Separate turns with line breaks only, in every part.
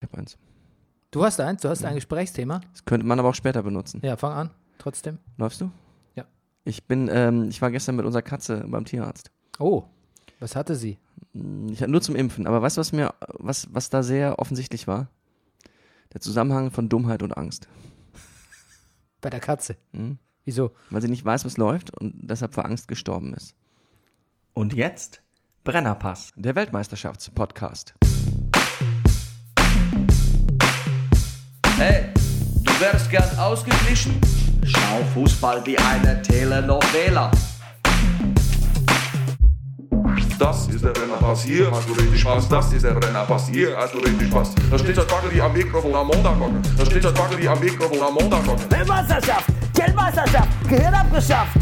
Ich habe eins.
Du hast eins, du hast ein Gesprächsthema.
Das könnte man aber auch später benutzen.
Ja, fang an, trotzdem.
Läufst du?
Ja.
Ich bin, ähm, ich war gestern mit unserer Katze beim Tierarzt.
Oh, was hatte sie?
Mm, Ich nur zum Impfen. Aber weißt du, was mir, was, was da sehr offensichtlich war? Der Zusammenhang von Dummheit und Angst.
Bei der Katze.
Mhm.
Wieso?
Weil sie nicht weiß, was läuft und deshalb vor Angst gestorben ist.
Und jetzt Brennerpass.
Der Weltmeisterschaftspodcast.
Hey, du wärst gern ausgeglichen? Schau Fußball wie eine Telenovela.
Das ist der Rennerpass, hier hast du richtig Spaß. Das ist der Rennerpass, hier hast du richtig Spaß. Da steht das Backeli am Mikrofon am Montagmorgen. Da steht das Backeli am Mikrofon am Montagmorgen.
Weltmeisterschaft, Geldmeisterschaft, Gehirn abgeschafft.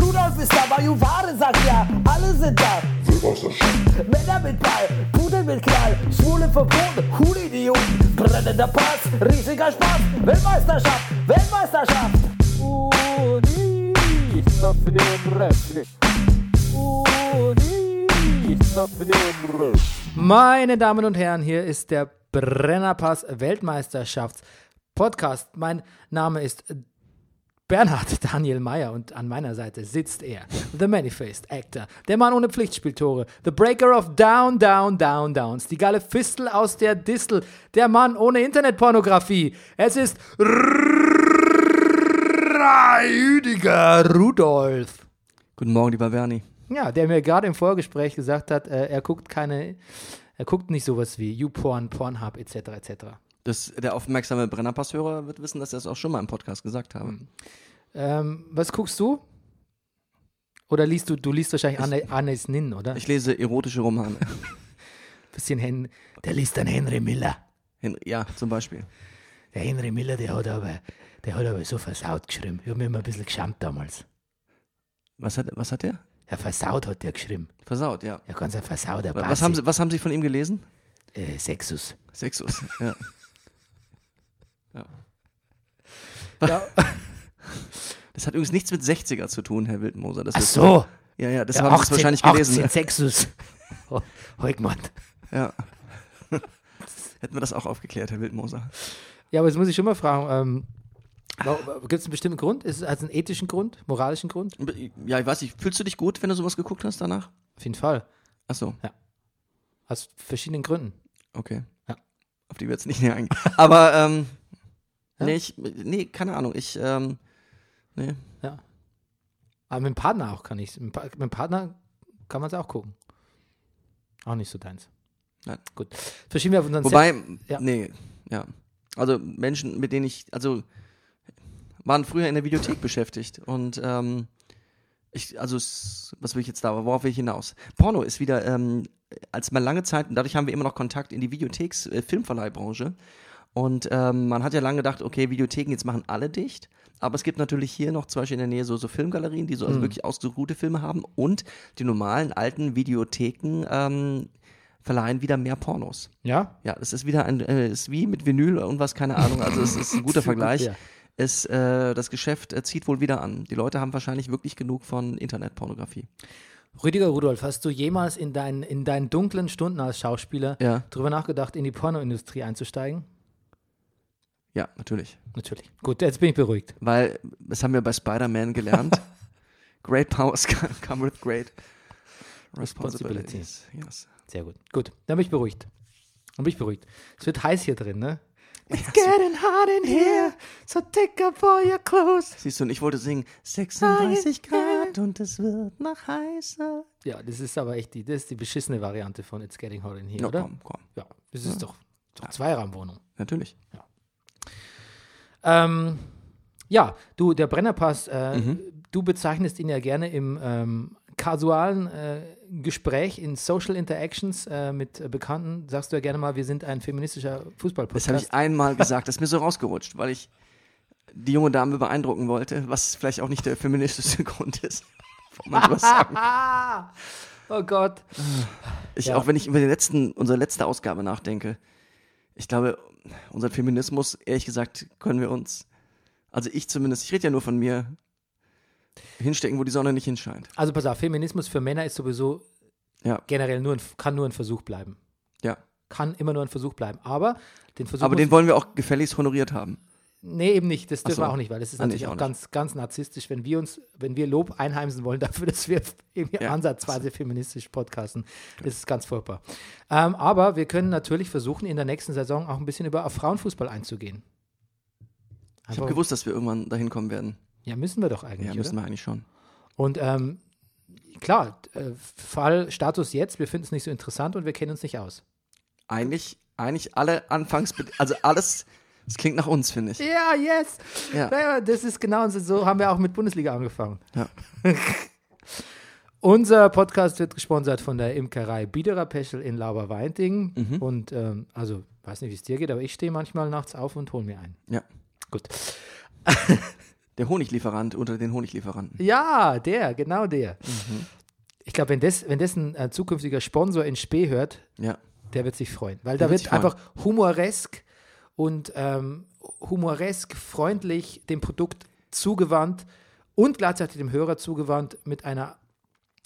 Rudolf ist da, Bajuware sagt ja, alle sind da. Männer mit Ball, Pudel mit Knall, Schwule verboten, Coolidioten, brennender Pass, riesiger Spaß, Weltmeisterschaft, Weltmeisterschaft. Uni, ist auf dem Rest. Uni, ist auf dem Rest.
Meine Damen und Herren, hier ist der Brennerpass Weltmeisterschafts Podcast. Mein Name ist Bernhard Daniel Meyer und an meiner Seite sitzt er, The Manifest Actor, der Mann ohne Pflichtspieltore, The Breaker of Down, Down, Down, Downs, die geile Fistel aus der Distel, der Mann ohne Internetpornografie. Es ist Rüdiger Rudolf.
Guten Morgen, lieber Bernie.
Ja, der mir gerade im Vorgespräch gesagt hat, äh, er guckt keine, er guckt nicht sowas wie YouPorn, Pornhub etc. etc.
Das, der aufmerksame Brennerpass-Hörer wird wissen, dass ich das auch schon mal im Podcast gesagt habe.
Hm. Ähm, was guckst du? Oder liest du, du liest wahrscheinlich Anne, Annes Nin, oder?
Ich lese erotische Romane.
bisschen Hen, der liest dann Henry Miller.
Hen- ja, zum Beispiel.
Der Henry Miller, der hat aber, der hat aber so versaut geschrieben. Ich habe mir immer ein bisschen geschämt damals.
Was hat, was hat der?
Ja, versaut hat der geschrieben.
Versaut, ja.
Ja, ganz ein versauter Bassi.
Was haben, Sie, was haben Sie von ihm gelesen?
Äh, Sexus.
Sexus. Ja.
Ja.
Das hat übrigens nichts mit 60er zu tun, Herr Wildmoser. Das
Ach
ist-
so.
Ja, ja, das
Ja,
haben Sie wahrscheinlich gelesen.
18 Sexus. Oh, Heugmann.
Ja. Hätten wir das auch aufgeklärt, Herr Wildmoser.
Ja, aber jetzt muss ich schon mal fragen, ähm, gibt es einen bestimmten Grund? Ist es also einen ethischen Grund, moralischen Grund?
Ja, ich weiß nicht. Fühlst du dich gut, wenn du sowas geguckt hast danach?
Auf jeden Fall.
Ach so,
Aus verschiedenen Gründen.
okay.
Ja.
Auf die wir jetzt nicht näher eingehen. Aber, ähm,
Ja?
nee, ich, nee, keine Ahnung. Ich, ähm, nee.
Aber mit dem Partner auch kann ich Mit, dem Pa- mit dem Partner kann man es auch gucken. Auch nicht so deins.
Nein.
Gut. Verschieben wir auf unseren Set.
Wobei,
Ja.
nee, ja. Also Menschen, mit denen ich, also waren früher in der Videothek beschäftigt und ähm, ich, also s- was will ich jetzt da, worauf will ich hinaus? Porno ist wieder, ähm, als mal lange Zeit, und dadurch haben wir immer noch Kontakt in die Videotheks, äh, Filmverleihbranche und ähm, man hat ja lange gedacht, okay, Videotheken, jetzt machen alle dicht. Aber es gibt natürlich hier noch zum Beispiel in der Nähe so, so Filmgalerien, die so also wirklich ausgeruhte Filme haben und die normalen alten Videotheken ähm, verleihen wieder mehr Pornos.
Ja?
Ja, es ist wieder ein, äh, ist wie mit Vinyl und was, keine Ahnung. Also es ist ein guter Vergleich.
ja.
Es, äh, das Geschäft äh, zieht wohl wieder an. Die Leute haben wahrscheinlich wirklich genug von Internetpornografie.
Rüdiger Rudolf, hast du jemals in deinen, in deinen dunklen Stunden als Schauspieler
Ja.
drüber nachgedacht, in die Pornoindustrie einzusteigen?
Ja, natürlich.
Natürlich. Gut, jetzt bin ich beruhigt.
Weil, das haben wir bei Spider-Man gelernt. great powers come with great responsibilities. Yes.
Sehr gut. Gut, dann bin ich beruhigt. Dann bin ich beruhigt. Es wird heiß hier drin, ne? It's getting hot in here, so take up all your clothes.
Siehst du, und ich wollte singen 36 Grad und es wird noch heißer.
Ja, das ist aber echt die, das ist die beschissene Variante von It's getting hot in here,
Ja,
oder?
komm, komm.
Ja, das ist doch, doch Zweiraumwohnung.
Natürlich.
Ähm, ja, du, der Brennerpass, äh,
Mhm.
du bezeichnest ihn ja gerne im ähm, kasualen äh, Gespräch, in Social Interactions äh, mit äh, Bekannten, sagst du ja gerne mal, wir sind ein feministischer
Das habe
Fußballpodcast.
ich einmal gesagt, das ist mir so rausgerutscht, weil ich die junge Dame beeindrucken wollte, was vielleicht auch nicht der feministische Grund ist. Kann Man sowas sagen.
Ah! Oh Gott.
Ich,
Ja.
Auch wenn ich über den letzten, unsere letzte Ausgabe nachdenke, ich glaube, unseren Feminismus, ehrlich gesagt, können wir uns, also ich zumindest, ich rede ja nur von mir, hinstecken, wo die Sonne nicht hinscheint.
Also pass auf, Feminismus für Männer ist sowieso
Ja.
generell nur ein, kann nur ein Versuch bleiben.
Ja.
kann immer nur ein Versuch bleiben. Aber den Versuch.
Aber
muss-
den wollen wir auch gefälligst honoriert haben.
Nee, eben nicht. Das dürfen
so.
wir auch nicht, weil das ist
Ah, nee,
natürlich
ich auch
auch
nicht.
ganz, ganz narzisstisch, wenn wir uns, wenn wir Lob einheimsen wollen dafür, dass wir irgendwie
Ja. Genau.
ansatzweise feministisch podcasten. Das ist ganz furchtbar. Ähm, aber wir können natürlich versuchen, in der nächsten Saison auch ein bisschen über auf Frauenfußball einzugehen.
Ich
Einfach-
habe gewusst, dass wir irgendwann dahin kommen werden.
Ja, müssen wir doch eigentlich.
Ja,
oder?
müssen wir eigentlich schon.
Und ähm, klar, äh, Fall, Status jetzt, wir finden es nicht so interessant und wir kennen uns nicht aus.
Eigentlich, eigentlich alle Anfangs, also alles, es klingt nach uns, finde ich.
Ja, yes!
Ja.
Naja, das ist genau, unser- so haben wir auch mit Bundesliga angefangen.
Ja.
Unser Podcast wird gesponsert von der Imkerei Biederer Peschel in Lauberweinting.
Mhm.
Und ähm, also, weiß nicht, wie es dir geht, aber ich stehe manchmal nachts auf und hole mir einen.
Ja.
Gut.
Der Honiglieferant unter den Honiglieferanten.
Ja, der, genau der.
Mhm.
Ich glaube, wenn das, wenn das ein äh, zukünftiger Sponsor in Spee hört,
Ja.
Der wird sich freuen, weil
Der
da
wird
wird,
sich freuen.
einfach humoresk und ähm, humoresk, freundlich dem Produkt zugewandt und gleichzeitig dem Hörer zugewandt mit einer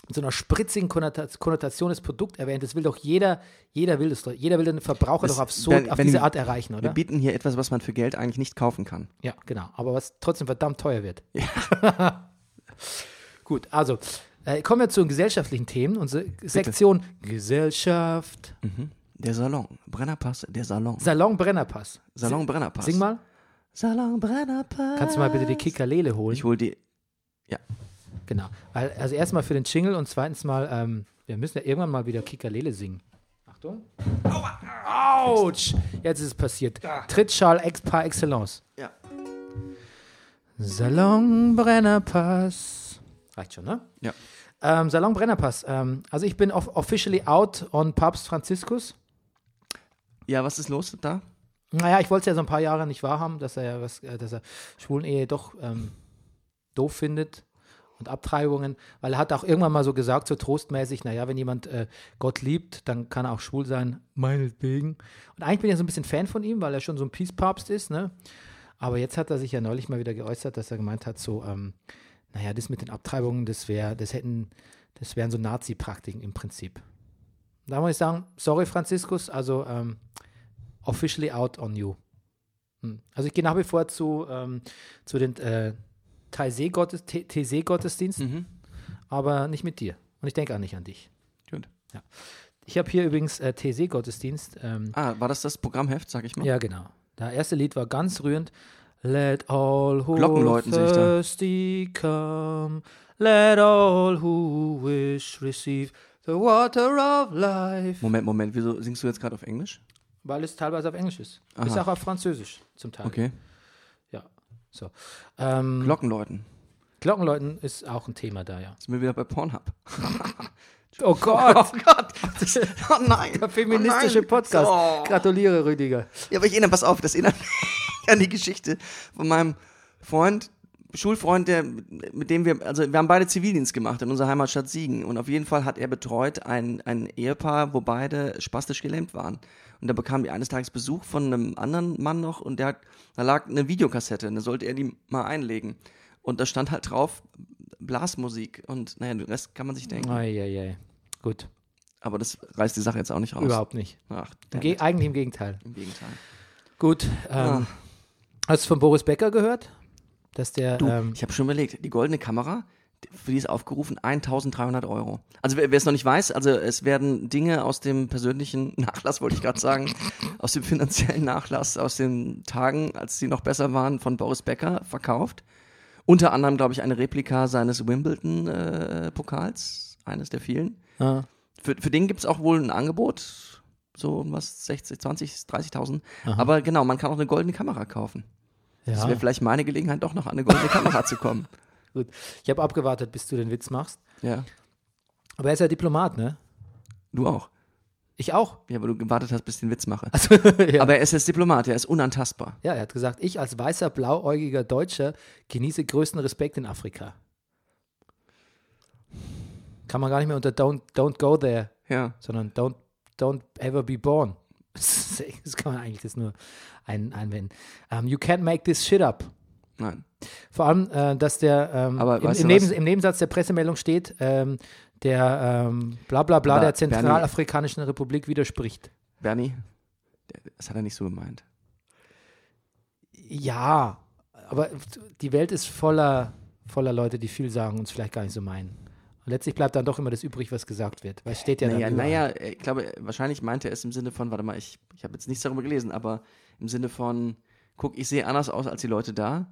mit so einer spritzigen Konnota Konnotation des Produkt erwähnt. Das will doch jeder, jeder will das doch, jeder will den Verbraucher
Das-
doch auf, so,
wenn-
auf
wenn
diese
wir-
Art erreichen,
Wir
oder?
bieten hier etwas, was man für Geld eigentlich nicht kaufen kann.
Ja, genau. Aber was trotzdem verdammt teuer wird.
Ja.
Gut, also äh, kommen wir zu den gesellschaftlichen Themen. Unsere Sektion Gesellschaft.
Mhm. Der Salon. Brennerpass, der Salon.
Salon Brennerpass.
Salon Brennerpass.
Sing mal.
Salon Brennerpass.
Kannst du mal bitte die Kickerlele
Ah.
holen?
Ich hol die.
Genau. Weil- Also erstmal für den Jingle und zweitens mal, ähm, wir müssen ja irgendwann mal wieder Kikalele singen. Achtung. Autsch! Jetzt ist es passiert. Trittschall ex par excellence.
Ja.
Salon Brennerpass. Reicht schon, ne?
Ja.
Ähm, Salon Brennerpass. Ähm, also ich bin off officially out on Papst Franziskus.
Ja, was ist los da?
Naja, ich wollte es ja so ein paar Jahre nicht wahrhaben, dass er ja was, äh, dass er Schwulenehe doch ähm, doof findet und Abtreibungen, weil er hat auch irgendwann mal so gesagt, so trostmäßig, naja, wenn jemand äh, Gott liebt, dann kann er auch schwul sein, meinetwegen. Und eigentlich bin ich ja so ein bisschen Fan von ihm, weil er schon so ein Peace-Papst ist, ne? Aber jetzt hat er sich ja neulich mal wieder geäußert, dass er gemeint hat, so, ähm, naja, das mit den Abtreibungen, das wäre, das hätten, das wären so Nazi-Praktiken im Prinzip. Da muss ich sagen, sorry, Franziskus, also ähm, officially out on you. Hm. Also ich gehe nach wie vor zu, ähm, zu den äh, TC-Gottesdiensten,
Mhm.
aber nicht mit dir. Und ich denke auch nicht an dich.
Gut.
Ich habe hier übrigens äh, TC-Gottesdienst. Ähm,
Ah, war das das Programmheft, sag ich mal?
ja, genau. Das erste Lied war ganz rührend. Let all who
Glockenläuten sehe ich da.
thirsty come, let all who wish receive the water of life.
Moment, Moment, wieso singst du jetzt gerade auf Englisch?
Weil es teilweise auf Englisch ist. Ist
Aha.
auch auf Französisch zum Teil.
Okay.
Ja. So. Ähm,
Glockenläuten.
Glockenläuten ist auch ein Thema da, ja.
Sind wir wieder bei Pornhub?
Oh Gott,
Gott! oh nein!
der feministische
Oh nein.
Podcast.
So.
Gratuliere, Rüdiger.
Ja, aber ich erinnere, pass auf, das erinnert mich an die Geschichte von meinem Freund, Schulfreund, der, mit dem wir, also wir haben beide Zivildienst gemacht in unserer Heimatstadt Siegen. Und auf jeden Fall hat er betreut ein, ein Ehepaar, wo beide spastisch gelähmt waren. Und da bekam die eines Tages Besuch von einem anderen Mann noch und der hat, da lag eine Videokassette, und da sollte er die mal einlegen. Und da stand halt drauf Blasmusik und naja, den Rest kann man sich denken.
Eieiei. Gut,
Aber das reißt die Sache jetzt auch nicht raus.
überhaupt nicht.
Ach,
Im
damn
Ge
it.
eigentlich im Gegenteil.
im Gegenteil.
Gut, ähm, hast du von Boris Becker gehört? Dass der,
Du,
ähm,
ich habe schon überlegt, die goldene Kamera, für die ist aufgerufen 1300 Euro. Also wer wer es noch nicht weiß, also es werden Dinge aus dem persönlichen Nachlass, wollte ich gerade sagen, aus dem finanziellen Nachlass, aus den Tagen, als sie noch besser waren, von Boris Becker verkauft. Unter anderem, glaube ich, eine Replika seines Wimbledon-Pokals, eines der vielen.
ah,
Für, für den gibt es auch wohl ein Angebot, so um was, 60, 20, 30.000. Aber genau, man kann auch eine goldene Kamera kaufen. Das
ja.
wäre vielleicht meine Gelegenheit, doch noch an eine goldene Kamera zu kommen.
Gut. Ich habe abgewartet, bis du den Witz machst.
Ja,
Aber er ist ja Diplomat, ne?
du auch.
Ich auch.
Ja, weil du gewartet hast, bis ich den Witz mache.
Also, ja.
Aber er ist jetzt Diplomat, er ist unantastbar.
ja, er hat gesagt, ich als weißer, blauäugiger Deutscher genieße größten Respekt in Afrika. Kann man gar nicht mehr unter Don't, don't go there
Ja.
sondern don't, don't ever be born. Das kann man eigentlich das nur ein, einwenden. Ähm, you can't make this shit up.
Nein.
Vor allem, äh, dass der ähm,
Aber
im,
weißt
im,
du was?
Nebens, im Nebensatz der Pressemeldung steht, ähm, der ähm, bla bla bla
Aber
der
Bernie-
Zentralafrikanischen Republik widerspricht.
Bernie, der- das hat er nicht so gemeint.
Ja, aber die Welt ist voller, voller Leute, die viel sagen und es vielleicht gar nicht so meinen. Und letztlich bleibt dann doch immer das übrig, was gesagt wird. Weil es steht ja
naja,
dann überall.
naja, ich glaube, wahrscheinlich meinte er es im Sinne von, warte mal, ich, ich habe jetzt nichts darüber gelesen, aber im Sinne von, guck, ich sehe anders aus als die Leute da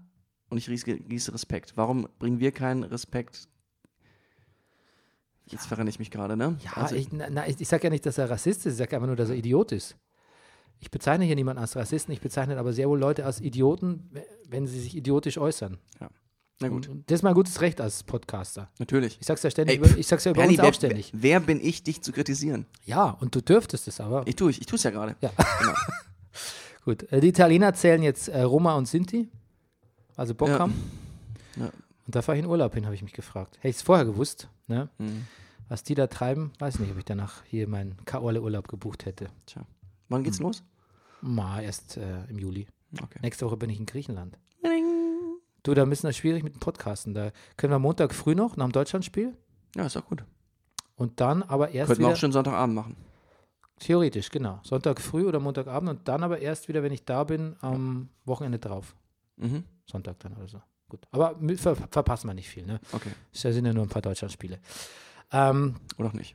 und ich riesge- gieße Respekt. Warum bringen wir keinen Respekt? Jetzt verrenne ich mich gerade, ne?
Ja,
Also-
ich, na, na, ich, ich sage ja nicht, dass er Rassist ist, ich sage einfach nur, dass er Idiot ist. Ich bezeichne hier niemanden als Rassisten, ich bezeichne aber sehr wohl Leute als Idioten, w- wenn sie sich idiotisch äußern.
ja. Na gut,
Und das ist mein gutes Recht als Podcaster.
natürlich.
Ich sag's ja ständig,
Ey,
über, ich sag's ja über
Bernie,
uns auch
wer,
ständig.
wer bin ich, dich zu kritisieren?
Ja, und du dürftest es aber.
Ich tue ich, ich tue es ja gerade.
Ja.
Genau.
Gut, äh, die Italiener zählen jetzt äh, Roma und Sinti, also Bock
Ja.
haben.
Ja.
Und da fahre ich in Urlaub hin, habe ich mich gefragt. Hätte ich es vorher gewusst, ne?
Mhm.
was die da treiben, weiß nicht, ob ich danach hier meinen Kaole-Urlaub E gebucht hätte.
Tja. Wann
Hm.
geht's los?
Ma, erst äh, im Juli.
Okay.
Nächste Woche bin ich in Griechenland. Du, da müssen wir schwierig mit dem Podcasten. Da können wir Montag früh noch nach dem Deutschlandspiel
Ja, ist doch gut.
und dann aber erst
Könnten wir
wieder,
auch schon Sonntagabend machen.
theoretisch, genau, Sonntag früh oder Montagabend und dann aber erst wieder, wenn ich da bin, am Wochenende drauf.
Mhm.
Sonntag dann oder so. Gut, aber mit- ver verpassen wir nicht viel, ne?
Okay.
Es sind ja nur ein paar Deutschlandspiele. Ähm,
Oder auch nicht.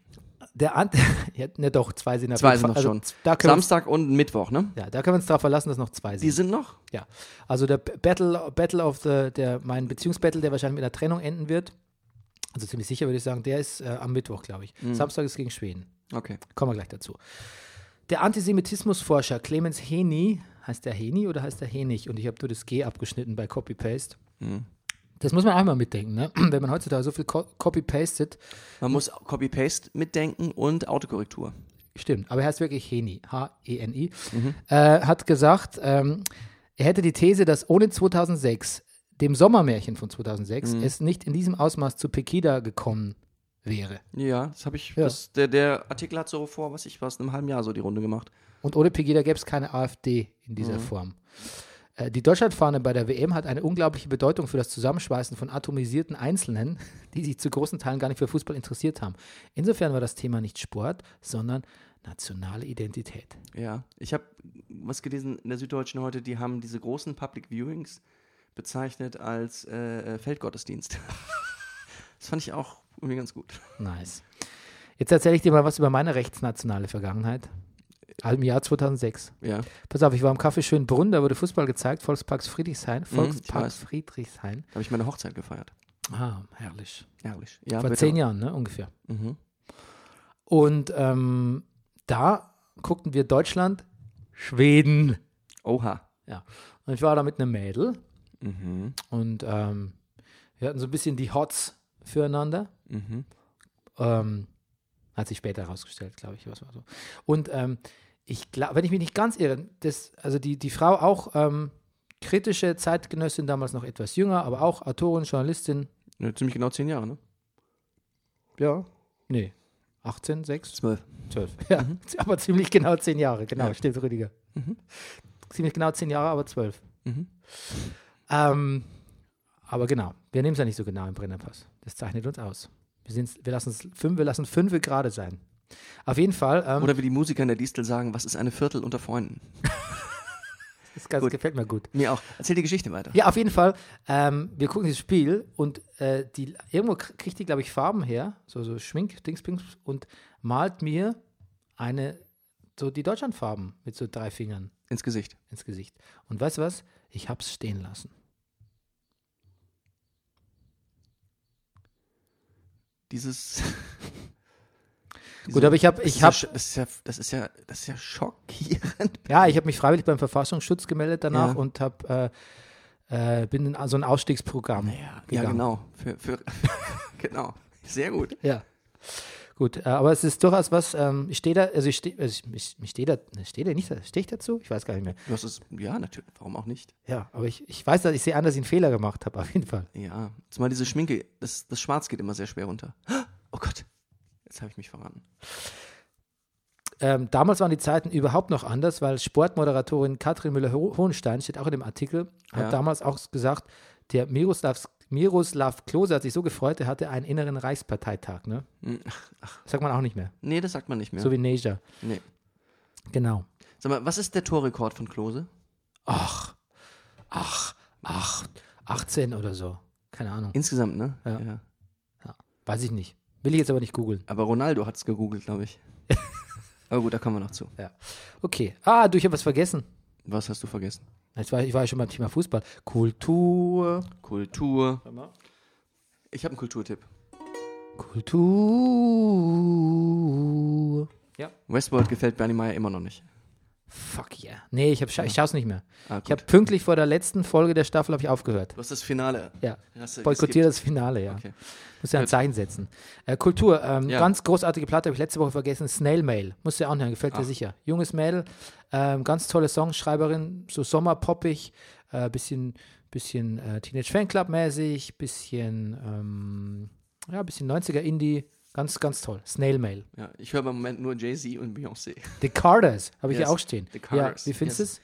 der Ant ja, ne, doch, zwei sind auf
Zwei
jeden
sind
Fall-
noch schon.
z- Da können wir uns,
Samstag und Mittwoch, ne?
ja, da können wir uns darauf verlassen, dass noch zwei
Die
sind.
sind noch?
Ja. Also der B- Battle, Battle of the, der, mein Beziehungsbattle, der wahrscheinlich mit einer Trennung enden wird, also ziemlich sicher würde ich sagen, der ist äh, am Mittwoch, glaube ich.
Mhm.
Samstag ist gegen Schweden.
Okay.
Kommen wir gleich dazu. Der Antisemitismusforscher Clemens Heni, heißt der Heni oder heißt der Henich? Und ich habe nur das G abgeschnitten bei Copy-Paste. Das muss man auch mal mitdenken, ne? wenn man heutzutage so viel Co Copy-Pastet.
Man muss Copy-Paste mitdenken und Autokorrektur.
Stimmt, aber er heißt wirklich Heni, H-E-N-I, äh, hat gesagt, ähm, er hätte die These, dass ohne 2006, dem Sommermärchen von 2006, es nicht in diesem Ausmaß zu Pekida gekommen wäre.
Ja, das habe ich.
Ja.
Das, der, der Artikel hat so vor, was ich was, einem halben Jahr so die Runde gemacht.
Und ohne Pegida gäbe es keine AfD in
Mhm.
dieser Form. Äh, Die Deutschlandfahne bei der WM hat eine unglaubliche Bedeutung für das Zusammenschweißen von atomisierten Einzelnen, die sich zu großen Teilen gar nicht für Fußball interessiert haben. Insofern war das Thema nicht Sport, sondern nationale Identität.
Ja. Ich habe was gelesen in der Süddeutschen heute, die haben diese großen Public Viewings bezeichnet als äh, äh, Feldgottesdienst. das fand ich auch irgendwie ganz gut.
Nice. Jetzt erzähle ich dir mal was über meine rechtsnationale Vergangenheit. Also Im Jahr 2006.
Ja.
Pass auf, ich war im Café Schönbrunn, da wurde Fußball gezeigt, Volksparks Friedrichshain. Volkspark
Mhm, weiß.
Friedrichshain.
Da habe ich meine Hochzeit gefeiert.
Ah, herrlich.
Ehrlich. Ja,
Vor
bitte.
zehn Jahren, ne, ungefähr.
Mhm.
Und ähm, da guckten wir Deutschland, Schweden.
Oha.
Ja. Und ich war da mit einem Mädel
Mhm.
und ähm, wir hatten so ein bisschen die Hots füreinander.
Mhm.
Ähm, hat sich später herausgestellt, glaube ich. Was war so. Und ähm, ich glaube, wenn ich mich nicht ganz irre, das, also die, die Frau auch ähm, kritische Zeitgenössin, damals noch etwas jünger, aber auch Autorin, Journalistin.
Ja, ziemlich genau zehn Jahre, ne?
Ja. Nee. 18, 6,
Zwölf.
12. Ja, aber ziemlich genau 10 Jahre. Genau, stimmt, Rüdiger. Ziemlich genau 10 Jahre, aber 12.
Mhm.
Ähm, aber genau, wir nehmen es ja nicht so genau im Brennerpass. Das zeichnet uns aus. Wir, sind's- wir lassen es fünf, wir lassen fünf gerade sein. Auf jeden Fall. Ähm,
Oder wie die Musiker in der Distel sagen, was ist eine Viertel unter Freunden?
Das ganz, gefällt mir gut.
Mir auch. Erzähl die Geschichte weiter.
Ja, auf jeden Fall. Ähm, wir gucken dieses Spiel und äh, die, irgendwo k- kriegt die, glaube ich, Farben her, so, so Schmink, Dingspings, und malt mir eine, so die Deutschlandfarben mit so drei Fingern
Ins Gesicht.
ins Gesicht. Und weißt du was? Ich hab's stehen lassen.
Dieses.
Gut, aber ich habe,
Das
ich
ist ja
hab,
sch- das ist ja, das ist ja, das ist ja schockierend.
ja, ich habe mich freiwillig beim Verfassungsschutz gemeldet danach
Ja.
und hab, äh, äh, bin in so ein Ausstiegsprogramm.
Ja,
gegangen.
genau. Für, für, genau. Sehr gut.
Ja. Gut, äh, aber es ist durchaus was, ähm, ich stehe da, also ich stehe, also ich, ich, ich stehe da, ne, stehe da nicht, stehe ich dazu? Ich weiß gar nicht mehr.
Du hast es, ja, natürlich. Warum auch nicht?
Ja, aber ich, ich weiß, dass ich sehe an, dass ich einen Fehler gemacht habe, auf jeden Fall.
Ja. Zumal diese Schminke, das, das Schwarz geht immer sehr schwer runter. Oh Gott. Jetzt habe ich mich verraten.
Ähm, damals waren die Zeiten überhaupt noch anders, weil Sportmoderatorin Katrin Müller-Hohenstein, steht auch in dem Artikel,
Ja.
hat damals auch gesagt, der Miroslav, Miroslav Klose hat sich so gefreut, er hatte einen inneren Reichsparteitag, ne?
Hm,
Sagt man auch nicht mehr.
Nee, das sagt man nicht mehr.
So wie Neja.
nee.
Genau.
Sag mal, was ist der Torrekord von Klose?
Ach, ach, ach, 18 oder so. Keine Ahnung.
Insgesamt, ne?
Ja. Weiß ich nicht. Will ich jetzt aber nicht googeln.
Aber Ronaldo hat es gegoogelt, glaube ich. Aber gut, da kommen wir noch zu.
Ja. Okay. Ah, du, ich habe was vergessen.
Was hast du vergessen?
Jetzt war, ich war ja schon beim Thema Fußball. Kultur.
Kultur. Ich habe einen Kulturtipp.
Kultur.
Westworld gefällt Bernie Meyer immer noch nicht.
Fuck yeah. Nee, ich, hab, scha- ich schaue es nicht mehr.
Ah,
Ich habe pünktlich vor der letzten Folge der Staffel hab ich aufgehört.
du hast das Finale.
Ja.
Hast du
Boykottiere das Finale, ja.
Okay.
Muss ja ein Zeichen setzen. Äh, Kultur, ähm,
Ja.
ganz großartige Platte, habe ich letzte Woche vergessen. Snail Mail. Musst du ja anhören, gefällt
Ah.
dir sicher. Junges Mädel, ähm, ganz tolle Songschreiberin, so sommerpoppig, äh, bisschen, bisschen äh, Teenage Fanclub mäßig, bisschen, ähm, ja, bisschen 90er Indie. Ganz, ganz toll. Snail Mail.
Ja, ich höre im Moment nur Jay-Z und Beyoncé.
The Carters habe ich
Yes,
hier auch stehen.
The Carters,
Ja, wie findest du
yes.
es?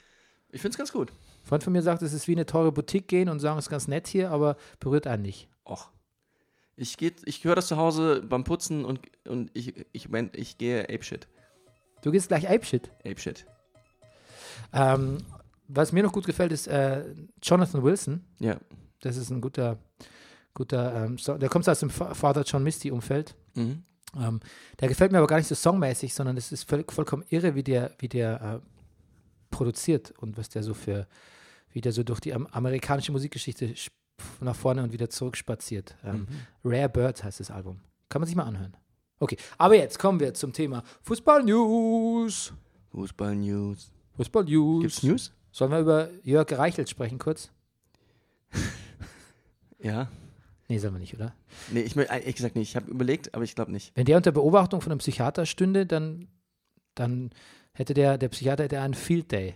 Ich finde es ganz gut.
Ein Freund von mir sagt, es ist wie in eine teure Boutique gehen und sagen, es ist ganz nett hier, aber berührt einen nicht.
Och. Ich, geht- ich höre das zu Hause beim Putzen und, und ich, ich, mein, ich gehe Apeshit.
Du gehst gleich Apeshit.
Apeshit.
Ähm, was mir noch gut gefällt, ist äh, Jonathan Wilson.
Ja.
Das ist ein guter, guter, ähm, so, der kommt aus dem Fa- Father John Misty Umfeld.
Mhm.
Ähm, der gefällt mir aber gar nicht so songmäßig, sondern es ist voll, vollkommen irre, wie der, wie der äh, produziert und was der so für, wie der so durch die am amerikanische Musikgeschichte sp- nach vorne und wieder zurück spaziert. Ähm, Rare Birds heißt das Album. Kann man sich mal anhören. Okay, aber jetzt kommen wir zum Thema Fußball News.
Fußball News.
Fußball News.
Gibt's News?
Sollen wir über Jörg Reichelt sprechen kurz?
Ja.
Nee, sollen wir nicht, oder?
Nee, ich mö- ehrlich gesagt nicht. Ich habe überlegt, aber ich glaube nicht.
Wenn der unter Beobachtung von einem Psychiater stünde, dann, dann hätte der, der Psychiater hätte einen Field Day.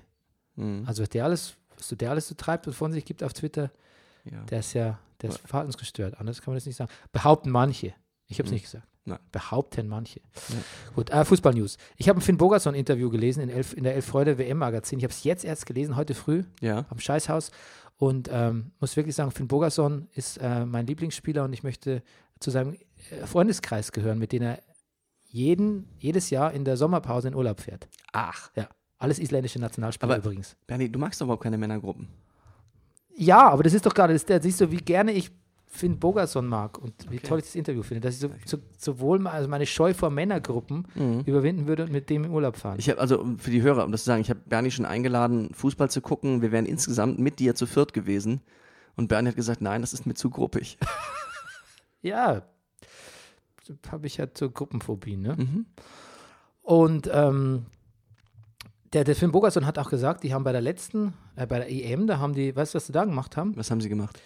Mhm.
Also was der alles, was du der alles so treibt und von sich gibt auf Twitter,
Ja.
der ist ja, der ist verhaltensgestört. Anders kann man das nicht sagen. Behaupten manche. Ich habe es nicht gesagt.
Mhm. Nein.
Behaupten manche. Gut, äh, Fußball-News. Ich habe ein Finn Bogason-Interview gelesen in, elf, in der Elf Freude WM-Magazin. Ich habe es jetzt erst gelesen, heute früh
Ja.
am Scheißhaus. Und ähm, muss wirklich sagen, Finn Bogason ist äh, mein Lieblingsspieler und ich möchte zu seinem äh, Freundeskreis gehören, mit dem er jeden, jedes Jahr in der Sommerpause in Urlaub fährt.
Ach.
Ja, alles isländische Nationalspieler
Aber-
übrigens.
Bernie, du magst doch überhaupt keine Männergruppen.
Ja, aber das ist doch gerade, das- da siehst du, wie gerne ich Finn Bogason mag und wie toll ich das Interview finde, dass ich so, so, sowohl me- also meine Scheu vor Männergruppen
Mhm.
überwinden würde und mit dem in Urlaub fahren.
Ich habe also um- für die Hörer, um das zu sagen, ich habe Bernie schon eingeladen, Fußball zu gucken. Wir wären insgesamt mit dir zu viert gewesen. Und Bernie hat gesagt, nein, das ist mir zu gruppig.
Ja, habe ich ja zur Gruppenphobie, ne? Und ähm, der, der Finn Bogerson hat auch gesagt, die haben bei der letzten, äh, bei der EM, da haben die, weißt du, was sie da gemacht haben?
Was haben sie gemacht?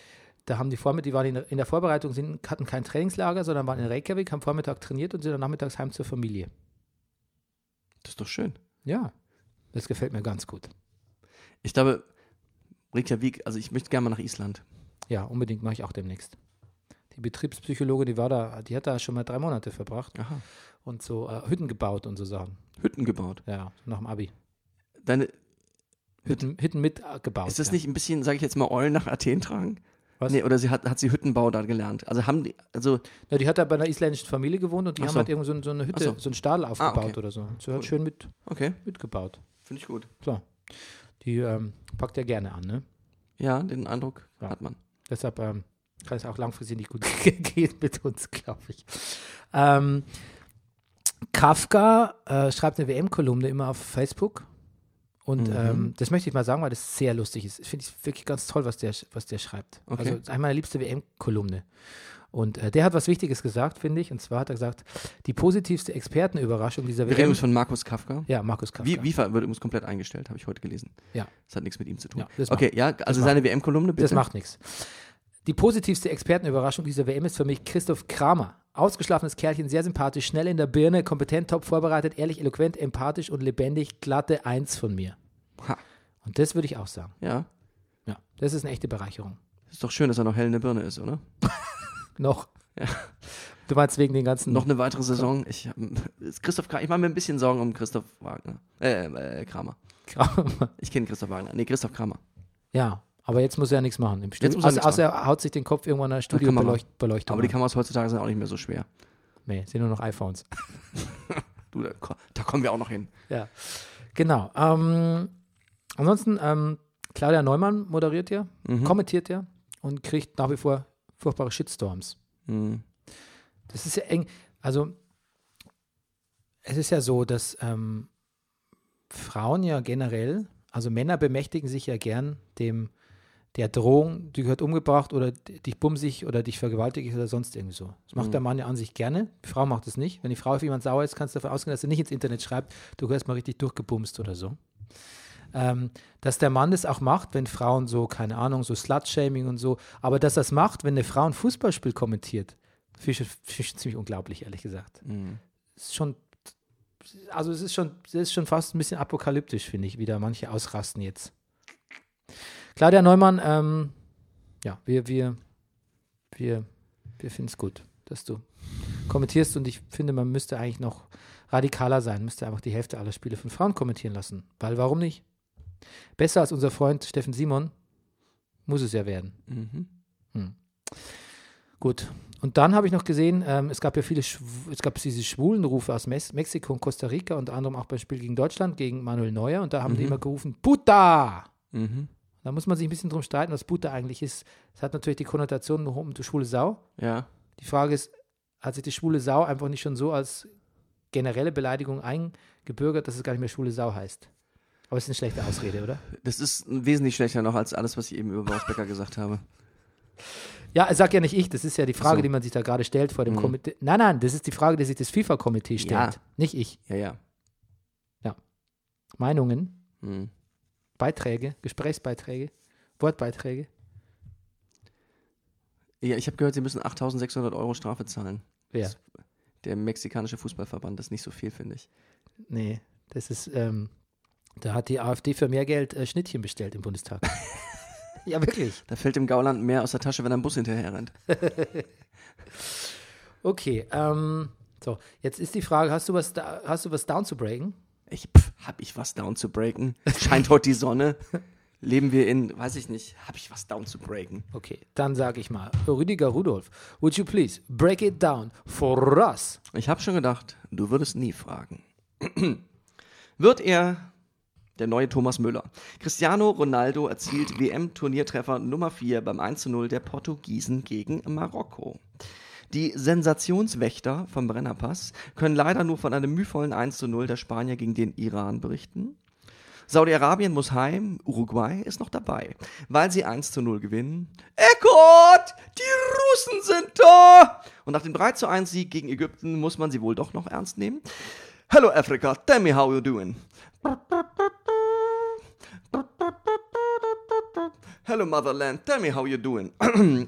Da haben die Vormittag, die waren in, in der Vorbereitung, sind, hatten kein Trainingslager, sondern waren in Reykjavik, haben Vormittag trainiert und sind dann nachmittags heim zur Familie.
Das ist doch schön.
Ja, das gefällt mir ganz gut.
Ich glaube, Reykjavik, also ich möchte gerne mal nach Island.
Ja, unbedingt mache ich auch demnächst. Die Betriebspsychologe, die war da, die hat da schon mal drei Monate verbracht
Aha.
und so äh, Hütten gebaut und so Sachen.
Hütten gebaut.
Ja, nach dem Abi.
Deine,
Hütten, Hütten mitgebaut.
ist das
ja.
nicht ein bisschen, sage ich jetzt mal, Eulen nach Athen tragen?
Was?
Nee, oder sie hat, hat sie Hüttenbau da gelernt. Also haben die, also
Ja, die hat da bei einer isländischen Familie gewohnt und die
Ach
haben
so.
halt irgendwo so, ein- so eine Hütte,
Ach
so.
so. Ah,
einen Stadel aufgebaut
okay.
oder so. Und Sie hat schön mit,
okay,
mitgebaut.
finde ich gut.
Klar. Die ähm, packt ja gerne an, ne?
Ja, den Eindruck
Ja.
hat man.
Deshalb ähm, kann es auch langfristig nicht gut gehen mit uns, glaube ich. Ähm, Kafka äh, schreibt eine WM-Kolumne immer auf Facebook. Und
Mhm.
ähm, das möchte ich mal sagen, weil das sehr lustig ist. Ich finde es wirklich ganz toll, was der, sch- was der schreibt.
Okay.
Also ist eine meiner liebste WM-Kolumne. Und äh, der hat was Wichtiges gesagt, finde ich. Und zwar hat er gesagt, die positivste Expertenüberraschung dieser
Wir reden
WM.
übrigens von Markus Kafka.
Ja, Markus Kafka.
Wie, Vifa wird übrigens komplett eingestellt, habe ich heute gelesen.
Ja.
Das hat nichts mit ihm zu tun.
Ja, das
okay, ja, also seine WM-Kolumne, bitte.
Das macht nichts. Die positivste Expertenüberraschung dieser WM ist für mich Christoph Kramer. Ausgeschlafenes Kerlchen, sehr sympathisch, schnell in der Birne, kompetent, top vorbereitet, ehrlich, eloquent, empathisch und lebendig. Glatte Eins von mir.
Ha.
Und das würde ich auch sagen.
Ja.
Ja, das ist eine echte Bereicherung.
Ist doch schön, dass er noch hell in der Birne ist, oder?
Noch. Du meinst wegen den ganzen.
Noch eine weitere Saison. Ich, hab- ist Christoph Kramer, ich mache mir ein bisschen Sorgen um Christoph Wagner. Äh, äh Kramer.
Kramer.
Ich kenne Christoph Wagner. Nee, Christoph Kramer.
Ja, aber jetzt muss er ja nichts machen. Im Studio,
muss er
außer,
nichts
außer er haut sich den Kopf irgendwann an der
Kamera.
Studiobeleuchtung.
Aber die
an.
Kameras heutzutage sind auch nicht mehr so schwer.
Nee, sind nur noch iPhones.
Du, da, ko- da kommen wir auch noch hin.
Ja. Genau. Ähm, ansonsten, ähm, Claudia Neumann moderiert ja, kommentiert ja und kriegt nach wie vor furchtbare Shitstorms.
Mhm.
Das ist ja eng. Also, es ist ja so, dass ähm, Frauen ja generell, also Männer bemächtigen sich ja gern dem der Drohung, die gehört umgebracht oder d- dich bumse ich oder dich vergewaltige ich oder sonst irgendwie so. Das macht der Mann ja an sich gerne. Die Frau macht das nicht. Wenn die Frau auf jemanden sauer ist, kannst du davon ausgehen, dass sie nicht ins Internet schreibt, du gehörst mal richtig durchgebumst oder so. Ähm, dass der Mann das auch macht, wenn Frauen so, keine Ahnung, so Slut-Shaming und so, aber dass das macht, wenn eine Frau ein Fußballspiel kommentiert, finde ich, schon- finde ich schon ziemlich unglaublich, ehrlich gesagt. Ist schon, also es ist schon, es ist schon fast ein bisschen apokalyptisch, finde ich, wie da manche ausrasten jetzt. Claudia Neumann, ähm, ja, wir, wir, wir, wir finden es gut, dass du kommentierst und ich finde, man müsste eigentlich noch radikaler sein, müsste einfach die Hälfte aller Spiele von Frauen kommentieren lassen, weil warum nicht? Besser als unser Freund Steffen Simon muss es ja werden.
Mhm.
Hm. Gut. Und dann habe ich noch gesehen, ähm, es gab ja viele, Schw- es gab diese schwulen Rufe aus Mes Mexiko und Costa Rica, unter anderem auch beim Spiel gegen Deutschland, gegen Manuel Neuer, und da haben die immer gerufen, Puta!
Mhm.
Da muss man sich ein bisschen drum streiten, was Buddha eigentlich ist. Es hat natürlich die Konnotation um die schwule Sau.
Ja.
Die Frage ist, hat sich die schwule Sau einfach nicht schon so als generelle Beleidigung eingebürgert, dass es gar nicht mehr schwule Sau heißt? Aber es ist eine schlechte Ausrede, oder?
Das ist wesentlich schlechter noch als alles, was ich eben über Boris Becker gesagt habe.
Ja, sag ja nicht ich, das ist ja die Frage,
So. Mhm.
die man sich da gerade stellt vor dem Komitee. Nein, nein, das ist die Frage, die sich das FIFA-Komitee stellt.
Ja.
Nicht ich.
Ja, ja.
Meinungen,
Mhm.
Beiträge, Gesprächsbeiträge, Wortbeiträge.
Ja, ich habe gehört, sie müssen 8600 Euro Strafe zahlen.
Wer?
Das- Der mexikanische Fußballverband, das ist nicht so viel, finde ich.
Nee, das ist, ähm, da hat die AfD für mehr Geld äh, Schnittchen bestellt im Bundestag. ja, wirklich.
Da fällt dem Gauland mehr aus der Tasche, wenn er ein Bus hinterher rennt.
Okay, ähm, so, jetzt ist die Frage, hast du was, da, hast du was down zu breaken?
Ich, pff, hab ich was down zu breaken? Scheint heute die Sonne? Leben wir in, weiß ich nicht, hab ich was down zu breaken?
Okay, dann sage ich mal, Rüdiger Rudolf, would you please break it down for us?
Ich habe schon gedacht, du würdest nie fragen. Wird er der neue Thomas Müller? Cristiano Ronaldo erzielt WM-Turniertreffer Nummer 4 beim 1:0 der Portugiesen gegen Marokko. Die Sensationswächter vom Brennerpass können leider nur von einem mühevollen 1:0 der Spanier gegen den Iran berichten. Saudi-Arabien muss heim, Uruguay ist noch dabei, weil sie 1 zu 0 gewinnen. Eckert, die Russen sind da! Und nach dem 3 zu 1 Sieg gegen Ägypten muss man sie wohl doch noch ernst nehmen. Hello Africa, tell me how you doing. Hello Motherland, tell me how you doing.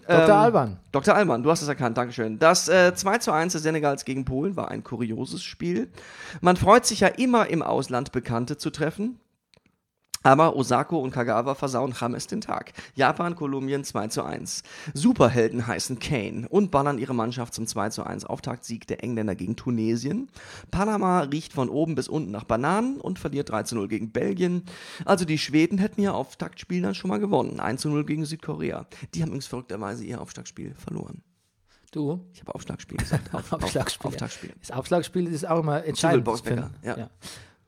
Dr. Alban.
Dr. Alman, du hast es erkannt, Dankeschön. Das äh, 2 zu 1 des Senegals gegen Polen war ein kurioses Spiel. Man freut sich ja immer im Ausland Bekannte zu treffen. Aber Osako und Kagawa versauen James den Tag. Japan, Kolumbien 2 zu 1. Superhelden heißen Kane und ballern ihre Mannschaft zum 2 zu 1 Auftaktsieg der Engländer gegen Tunesien. Panama riecht von oben bis unten nach Bananen und verliert 3 zu 0 gegen Belgien. Also die Schweden hätten ihr Auftaktspiel dann schon mal gewonnen. 1 zu 0 gegen Südkorea. Die haben übrigens verrückterweise ihr Auftaktspiel verloren.
Du,
Ich habe Aufschlagspiel gesagt. Auf, auf-
Aufschlagspiel.
Auftaktspiel.
Das Aufschlagspiel ist auch immer entscheidend.
Zwiebelbox,
finde-
Becker, ja.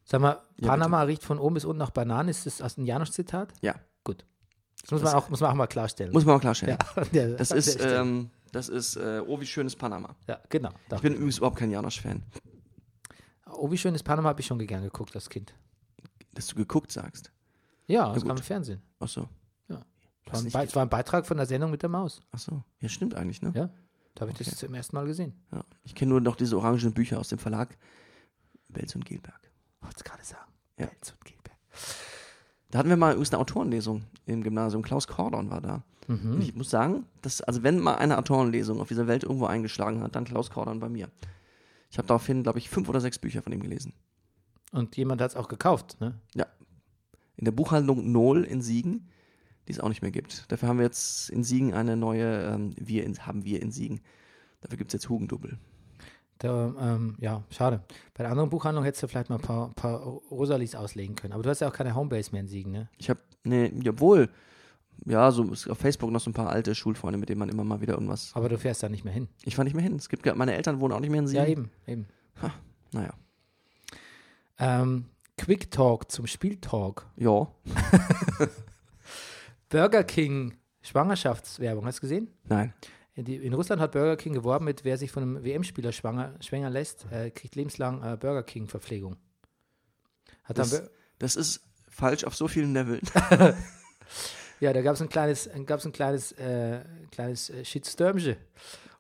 Sag mal, Panama riecht von oben bis unten nach Bananen. Ist das aus einem Janosch-Zitat?
Ja,
Gut. Das muss man, auch, muss man auch mal klarstellen.
muss man mal klarstellen.
Ja,
Das
an
ist,
der Stelle.
ähm, das ist, äh, oh wie schönes Panama.
ja, genau. Da.
Ich bin übrigens überhaupt kein Janosch-Fan.
Oh, wie schön ist Panama, habe ich schon gern geguckt als Kind.
Dass du geguckt sagst.
Ja, das
gut.
kam im Fernsehen.
Ach so.
Das war, ein
nicht
Be- es war ein Beitrag von der Sendung mit der Maus.
Ach so. Ja, stimmt eigentlich, ne?
Ja, da habe ich das zum ersten Mal gesehen.
Ja. Ich kenne nur noch diese orangenen Bücher aus dem Verlag Belz und Gilberg.
Wollte es gerade sagen.
Ja.
Belz und Gilbert.
Da hatten wir mal übrigens eine Autorenlesung im Gymnasium. Klaus Kordon war da. Und ich muss sagen, dass, also wenn mal eine Autorenlesung auf dieser Welt irgendwo eingeschlagen hat, dann Klaus Kordon bei mir. Ich habe daraufhin, glaube ich, fünf oder sechs Bücher von ihm gelesen.
Und jemand hat es auch gekauft, ne?
Ja. In der Buchhandlung Nohl in Siegen, die es auch nicht mehr gibt. Dafür haben wir jetzt in Siegen eine neue, ähm, wir in, haben wir in Siegen. Dafür gibt es jetzt Hugendubbel.
Da, ähm, ja, schade. Bei der anderen Buchhandlung hättest du vielleicht mal ein paar, paar Rosalis auslegen können. Aber du hast ja auch keine Homebase mehr in Siegen, ne?
Ich habe, nee, obwohl, ja, so ist auf Facebook noch so ein paar alte Schulfreunde, mit denen man immer mal wieder irgendwas.
Aber du fährst da nicht mehr hin.
Ich fahre nicht mehr hin. Es gibt, gar- meine Eltern wohnen auch nicht mehr in Siegen.
Ja, eben, eben.
Naja.
Ähm, Quick Talk zum Spieltalk.
Ja.
Burger King Schwangerschaftswerbung, hast du gesehen?
Nein.
In, die, in Russland hat Burger King geworben mit, wer sich von einem WM-Spieler schwanger, schwänger lässt, äh, kriegt lebenslang äh, Burger King-Verpflegung. Hat dann,
Das,
Bur-
das ist falsch auf so vielen Leveln.
ja, da gab es ein kleines, gab's ein kleines, äh, kleines äh, Shitstürmchen.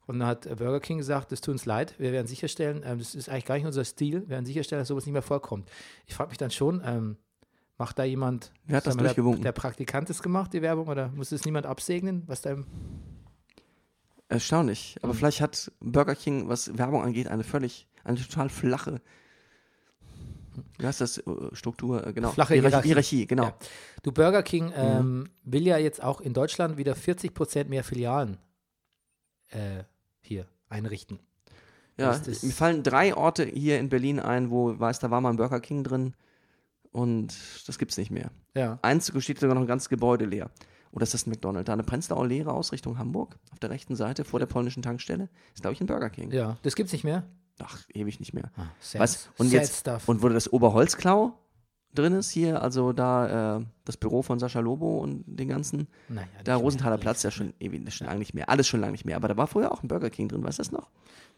Und dann hat Burger King gesagt, es tut uns leid, wir werden sicherstellen, ähm, das ist eigentlich gar nicht unser Stil, wir werden sicherstellen, dass sowas nicht mehr vorkommt. Ich frage mich dann schon, ähm, macht da jemand,
Wer hat das
sag mal,
durchgewunken?
der, der Praktikant das gemacht, die Werbung, oder muss es niemand absegnen, was da im
Erstaunlich.
Mhm.
Aber vielleicht hat Burger King, was Werbung angeht, eine völlig, eine total flache, wie heißt das, äh, Struktur, äh, genau.
Flache Hierarchie.
Hierarchie, genau.
Ja. Du, Burger King ähm,
Mhm.
will ja jetzt auch in Deutschland wieder 40 Prozent mehr Filialen äh, hier einrichten.
Ja,
Ist das-
mir fallen drei Orte hier in Berlin ein, wo, weiß, da war mal ein Burger King drin und das gibt's nicht mehr.
Ja.
Eins steht sogar noch ein ganzes Gebäude leer. Oder ist das ein McDonald's? Da eine Prenzlauer Leere aus Richtung Hamburg, auf der rechten Seite, vor der polnischen Tankstelle, ist, glaube ich, ein Burger King.
Ja, das gibt's nicht mehr.
Ach, ewig nicht mehr.
Ah, sad,
Was? Und
sad
jetzt-
stuff.
Und wo das Oberholzklau drin ist hier, also da äh, das Büro von Sascha Lobo und den ganzen,
naja,
da
nicht
Rosenthaler
mehr.
Platz ja schon ewig, das ist schon lange nicht mehr, alles schon lange nicht mehr, aber da war vorher auch ein Burger King drin, weißt du das noch?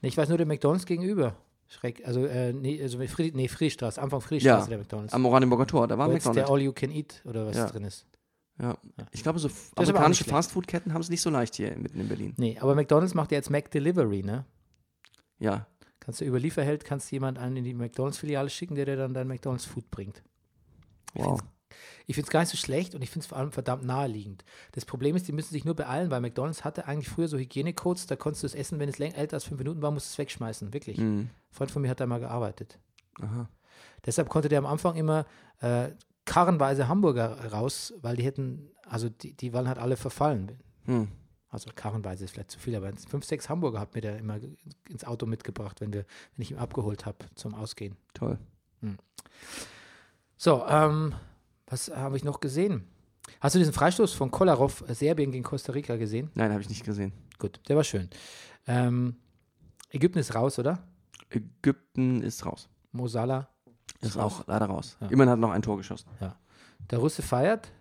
Nee, ich weiß nur, der McDonalds gegenüber. Schreck. Also, äh, nee, also mit Fried, nee, Friedstraße, Anfang Friedstraße der McDonalds.
am Oranienburger Tor, da war
Wo
ein
jetzt der
McDonald's.
All You Can Eat oder was
Ja.
drin ist.
Ja. Ich glaube, so
aber auch nicht
amerikanische
schlecht.
Fastfood-Ketten haben es nicht so leicht hier mitten in Berlin.
Nee, aber McDonalds macht ja jetzt Mac Delivery, ne?
Ja,
Kannst du über Lieferheld, kannst du jemanden einen in die McDonalds-Filiale schicken, der dir dann dein McDonalds-Food bringt.
wow.
Ich finde es gar nicht so schlecht und ich finde es vor allem verdammt naheliegend. Das Problem ist, die müssen sich nur beeilen, weil McDonalds hatte eigentlich früher so Hygienecodes, da konntest du es essen, wenn es länger älter als fünf Minuten war, musst du es wegschmeißen. Wirklich.
Mhm.
Ein Freund von mir hat da mal gearbeitet.
Aha.
Deshalb konnte der am Anfang immer äh, karrenweise Hamburger raus, weil die hätten, also die, die waren halt alle verfallen.
Hm.
Also karrenweise ist vielleicht zu viel, aber fünf, sechs Hamburger hat mir der immer ge- ins Auto mitgebracht, wenn, wir, wenn ich ihn abgeholt habe zum Ausgehen.
Toll.
So, ähm, was habe ich noch gesehen? Hast du diesen Freistoß von Kolarov, äh, Serbien gegen Costa Rica gesehen?
Nein, habe ich nicht gesehen.
Gut, der war schön. Ähm, Ägypten ist raus, oder?
Ägypten ist raus.
Mo Salah.
Ist auch leider raus.
Ja.
Immerhin hat noch ein Tor geschossen.
Der Russe feiert.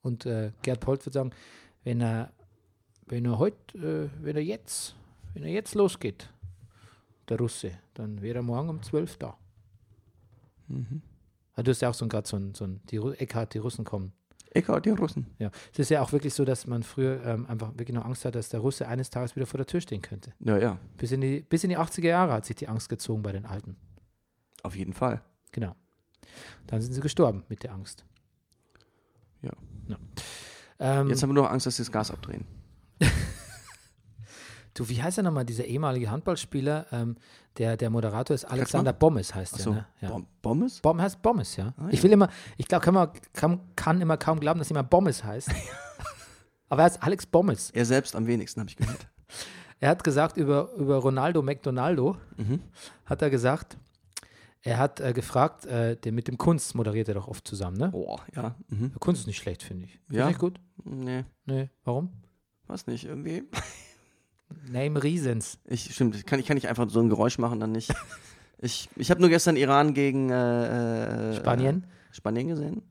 Und äh, Gerd Polt wird sagen, wenn er, wenn er heute, äh, wenn er jetzt, wenn er jetzt losgeht, der Russe, dann wäre er morgen um 12 da. Ah, Du hast ja auch so ein- gerade so ein, so ein die Ru Eckhard, die Russen kommen.
Eckhardt, die Russen.
Ja, es ist ja auch wirklich so, dass man früher ähm, einfach wirklich noch Angst hat, dass der Russe eines Tages wieder vor der Tür stehen könnte.
Ja, ja,
Bis in die, bis in die 80er Jahre hat sich die Angst gezogen bei den Alten.
auf jeden Fall.
Genau. Dann sind sie gestorben mit der Angst.
Ja.
Ähm,
Jetzt haben wir nur noch Angst, dass sie das Gas abdrehen.
du, wie heißt er nochmal, dieser ehemalige Handballspieler? Ähm, der, der Moderator ist Alexander Bommes, heißt
Achso,
er. Ne? Ja.
Bom Bommes?
Bomb heißt Bommes, ja.
ja.
Ich will immer, ich glaube, kann, man- kann, kann immer kaum glauben, dass jemand Bommes heißt. Aber er heißt Alex Bommes.
Er selbst am wenigsten, habe ich gehört.
Er hat gesagt über, über Ronaldo McDonaldo,
Mhm.
hat er gesagt, er hat äh, gefragt, äh, den, mit dem Kunst moderiert er doch oft zusammen, ne?
Boah, ja. Mhm.
Kunst ist nicht schlecht, finde ich. Ist
Oh. Ja.
nicht gut?
Nee,
Nee, warum?
weiß nicht, irgendwie.
Name Reasons.
Ich, stimmt, ich kann, ich kann nicht einfach so ein Geräusch machen, dann nicht. Ich, ich habe nur gestern Iran gegen äh, äh,
Spanien?
Äh, Spanien gesehen.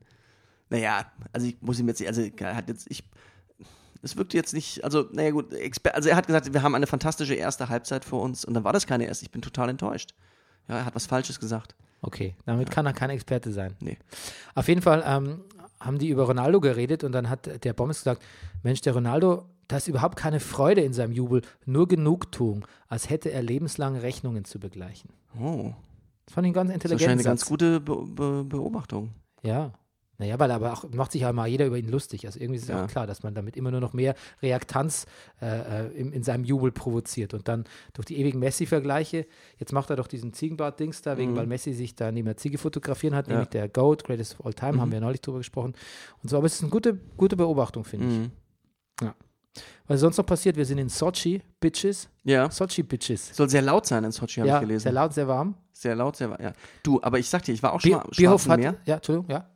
Naja, also ich muss ihm jetzt, also er hat jetzt, ich, es wirkte jetzt nicht, also naja gut, Exper also er hat gesagt, wir haben eine fantastische erste Halbzeit vor uns und dann war das keine erste, ich bin total enttäuscht. Ja, er hat was Falsches gesagt.
Okay, damit kann er kein Experte sein.
Nee.
Auf jeden Fall ähm, haben die über Ronaldo geredet und dann hat der Bommes gesagt, Mensch, der Ronaldo, da ist überhaupt keine Freude in seinem Jubel, nur Genugtuung, als hätte er lebenslange Rechnungen zu begleichen.
Oh,
Das fand ich einen ganz
das ist
intelligenten
wahrscheinlich eine
Satz.
ganz gute Be Be Beobachtung.
Ja. Naja, weil aber auch, macht sich ja mal jeder über ihn lustig. Also irgendwie ist es
Ja.
auch klar, dass man damit immer nur noch mehr Reaktanz äh, äh, in, in seinem Jubel provoziert. Und dann durch die ewigen Messi-Vergleiche, jetzt macht er doch diesen Ziegenbart-Dings da,
Mhm.
wegen, weil Messi sich da neben der Ziege fotografieren hat, nämlich der GOAT, Greatest of All Time,
Mhm.
haben wir ja neulich drüber gesprochen. Und so, aber es ist eine gute, gute Beobachtung, finde
Mhm.
ich. Ja. Was ist sonst noch passiert? Wir sind in Sochi, Bitches.
Ja.
Sochi, Bitches.
Soll sehr laut sein in Sochi, habe
ja,
ich gelesen.
sehr laut, sehr warm.
Sehr laut, sehr wa- ja. Du, aber ich sag dir, ich war auch schon
Bier,
mal am
Bierhof
Schwarzen
hat,
Meer.
ja, Entschuldigung, ja.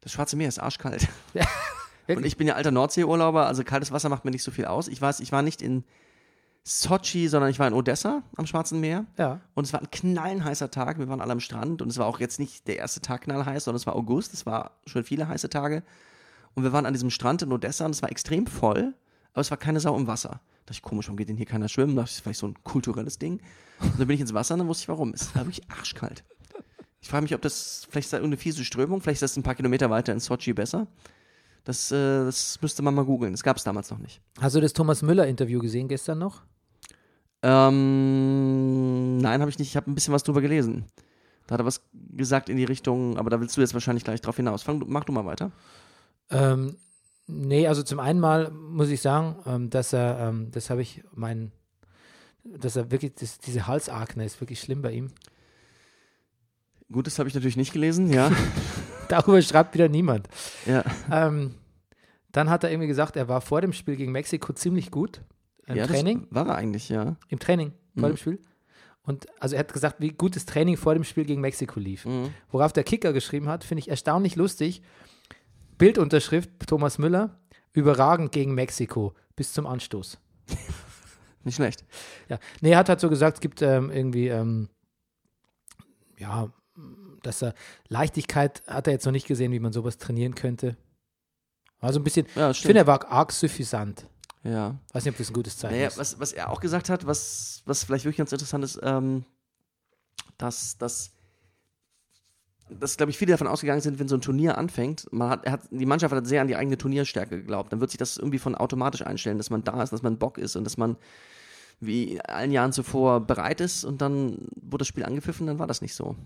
Das Schwarze Meer ist arschkalt.
wirklich?
und ich bin ja alter Nordseeurlauber, also kaltes Wasser macht mir nicht so viel aus. Ich weiß, ich war nicht in Sochi, sondern ich war in Odessa am Schwarzen Meer.
Ja.
Und es war ein knallenheißer Tag. Wir waren alle am Strand und es war auch jetzt nicht der erste Tag knallheiß, sondern es war August. Es war schon viele heiße Tage. Und wir waren an diesem Strand in Odessa und es war extrem voll, aber es war keine Sau im Wasser. Da dachte ich, komisch, warum geht denn hier keiner schwimmen? Da dachte ich, das ist vielleicht so ein kulturelles Ding. Und dann bin ich ins Wasser und dann wusste ich warum. Es war wirklich arschkalt. Ich frage mich, ob das, vielleicht ist da irgendeine fiese Strömung, vielleicht ist das ein paar Kilometer weiter in Sochi besser. Das, äh, das müsste man mal googeln. Das gab es damals noch nicht.
Hast du das Thomas Müller-Interview gesehen gestern noch?
Ähm, nein, habe ich nicht. Ich habe ein bisschen was drüber gelesen. Da hat er was gesagt in die Richtung, aber da willst du jetzt wahrscheinlich gleich drauf hinaus. Fang, du- mach du mal weiter.
Ähm, nee, also zum einen mal muss ich sagen, ähm, dass er, ähm, das habe ich mein, dass er wirklich, das, diese Halsakne ist wirklich schlimm bei ihm.
Gut, das habe ich natürlich nicht gelesen, ja.
Darüber schreibt wieder niemand.
ja.
Ähm, dann hat er irgendwie gesagt, er war vor dem Spiel gegen Mexiko ziemlich gut im
ja,
Training.
Das Mhm. war er eigentlich, ja.
Im Training, vor dem Spiel. Und also er hat gesagt, wie gut das Training vor dem Spiel gegen Mexiko lief.
Mhm.
Worauf der Kicker geschrieben hat, finde ich erstaunlich lustig. Bildunterschrift Thomas Müller, überragend gegen Mexiko bis zum Anstoß.
Nicht schlecht.
Ja. Nee, er hat halt so gesagt, es gibt ähm, irgendwie, ähm, ja, dass er Leichtigkeit hat er jetzt noch nicht gesehen, wie man sowas trainieren könnte. Also ein bisschen,
Ja, das
ich
stimmt.
finde, er war arg suffisant.
Ja.
Weiß nicht, ob das ein gutes Zeichen
Naja,
ist.
was, was er auch gesagt hat, was, was vielleicht wirklich ganz interessant ist, ähm, dass, dass, dass glaube ich, viele davon ausgegangen sind, wenn so ein Turnier anfängt, man hat, er hat, die Mannschaft hat sehr an die eigene Turnierstärke geglaubt, dann wird sich das irgendwie von automatisch einstellen, dass man da ist, dass man Bock ist und dass man wie in allen Jahren zuvor bereit ist und dann wurde das Spiel angepfiffen, dann war das nicht so.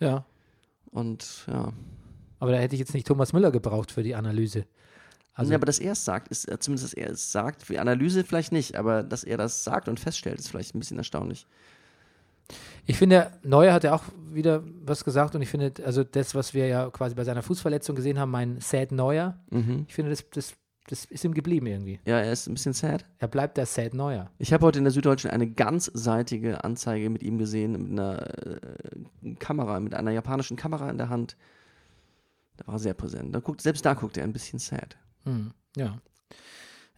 Ja.
Und ja.
Aber da hätte ich jetzt nicht Thomas Müller gebraucht für die Analyse. Also,
Also, aber dass er es sagt, ist äh, zumindest, dass er es sagt, für die Analyse vielleicht nicht, aber dass er das sagt und feststellt, ist vielleicht ein bisschen erstaunlich.
ich finde, Neuer hat ja auch wieder was gesagt und ich finde, also das, was wir ja quasi bei seiner Fußverletzung gesehen haben, mein Sad Neuer,
Mhm.
ich finde, das, das, das ist ihm geblieben irgendwie.
Ja, er ist ein bisschen sad.
Er bleibt der Sad Neuer.
Ich habe heute in der Süddeutschen eine ganzseitige Anzeige mit ihm gesehen, mit einer äh, Kamera, mit einer japanischen Kamera in der Hand. Da war er sehr präsent. Da guckt, selbst da guckt er ein bisschen sad.
Hm, ja.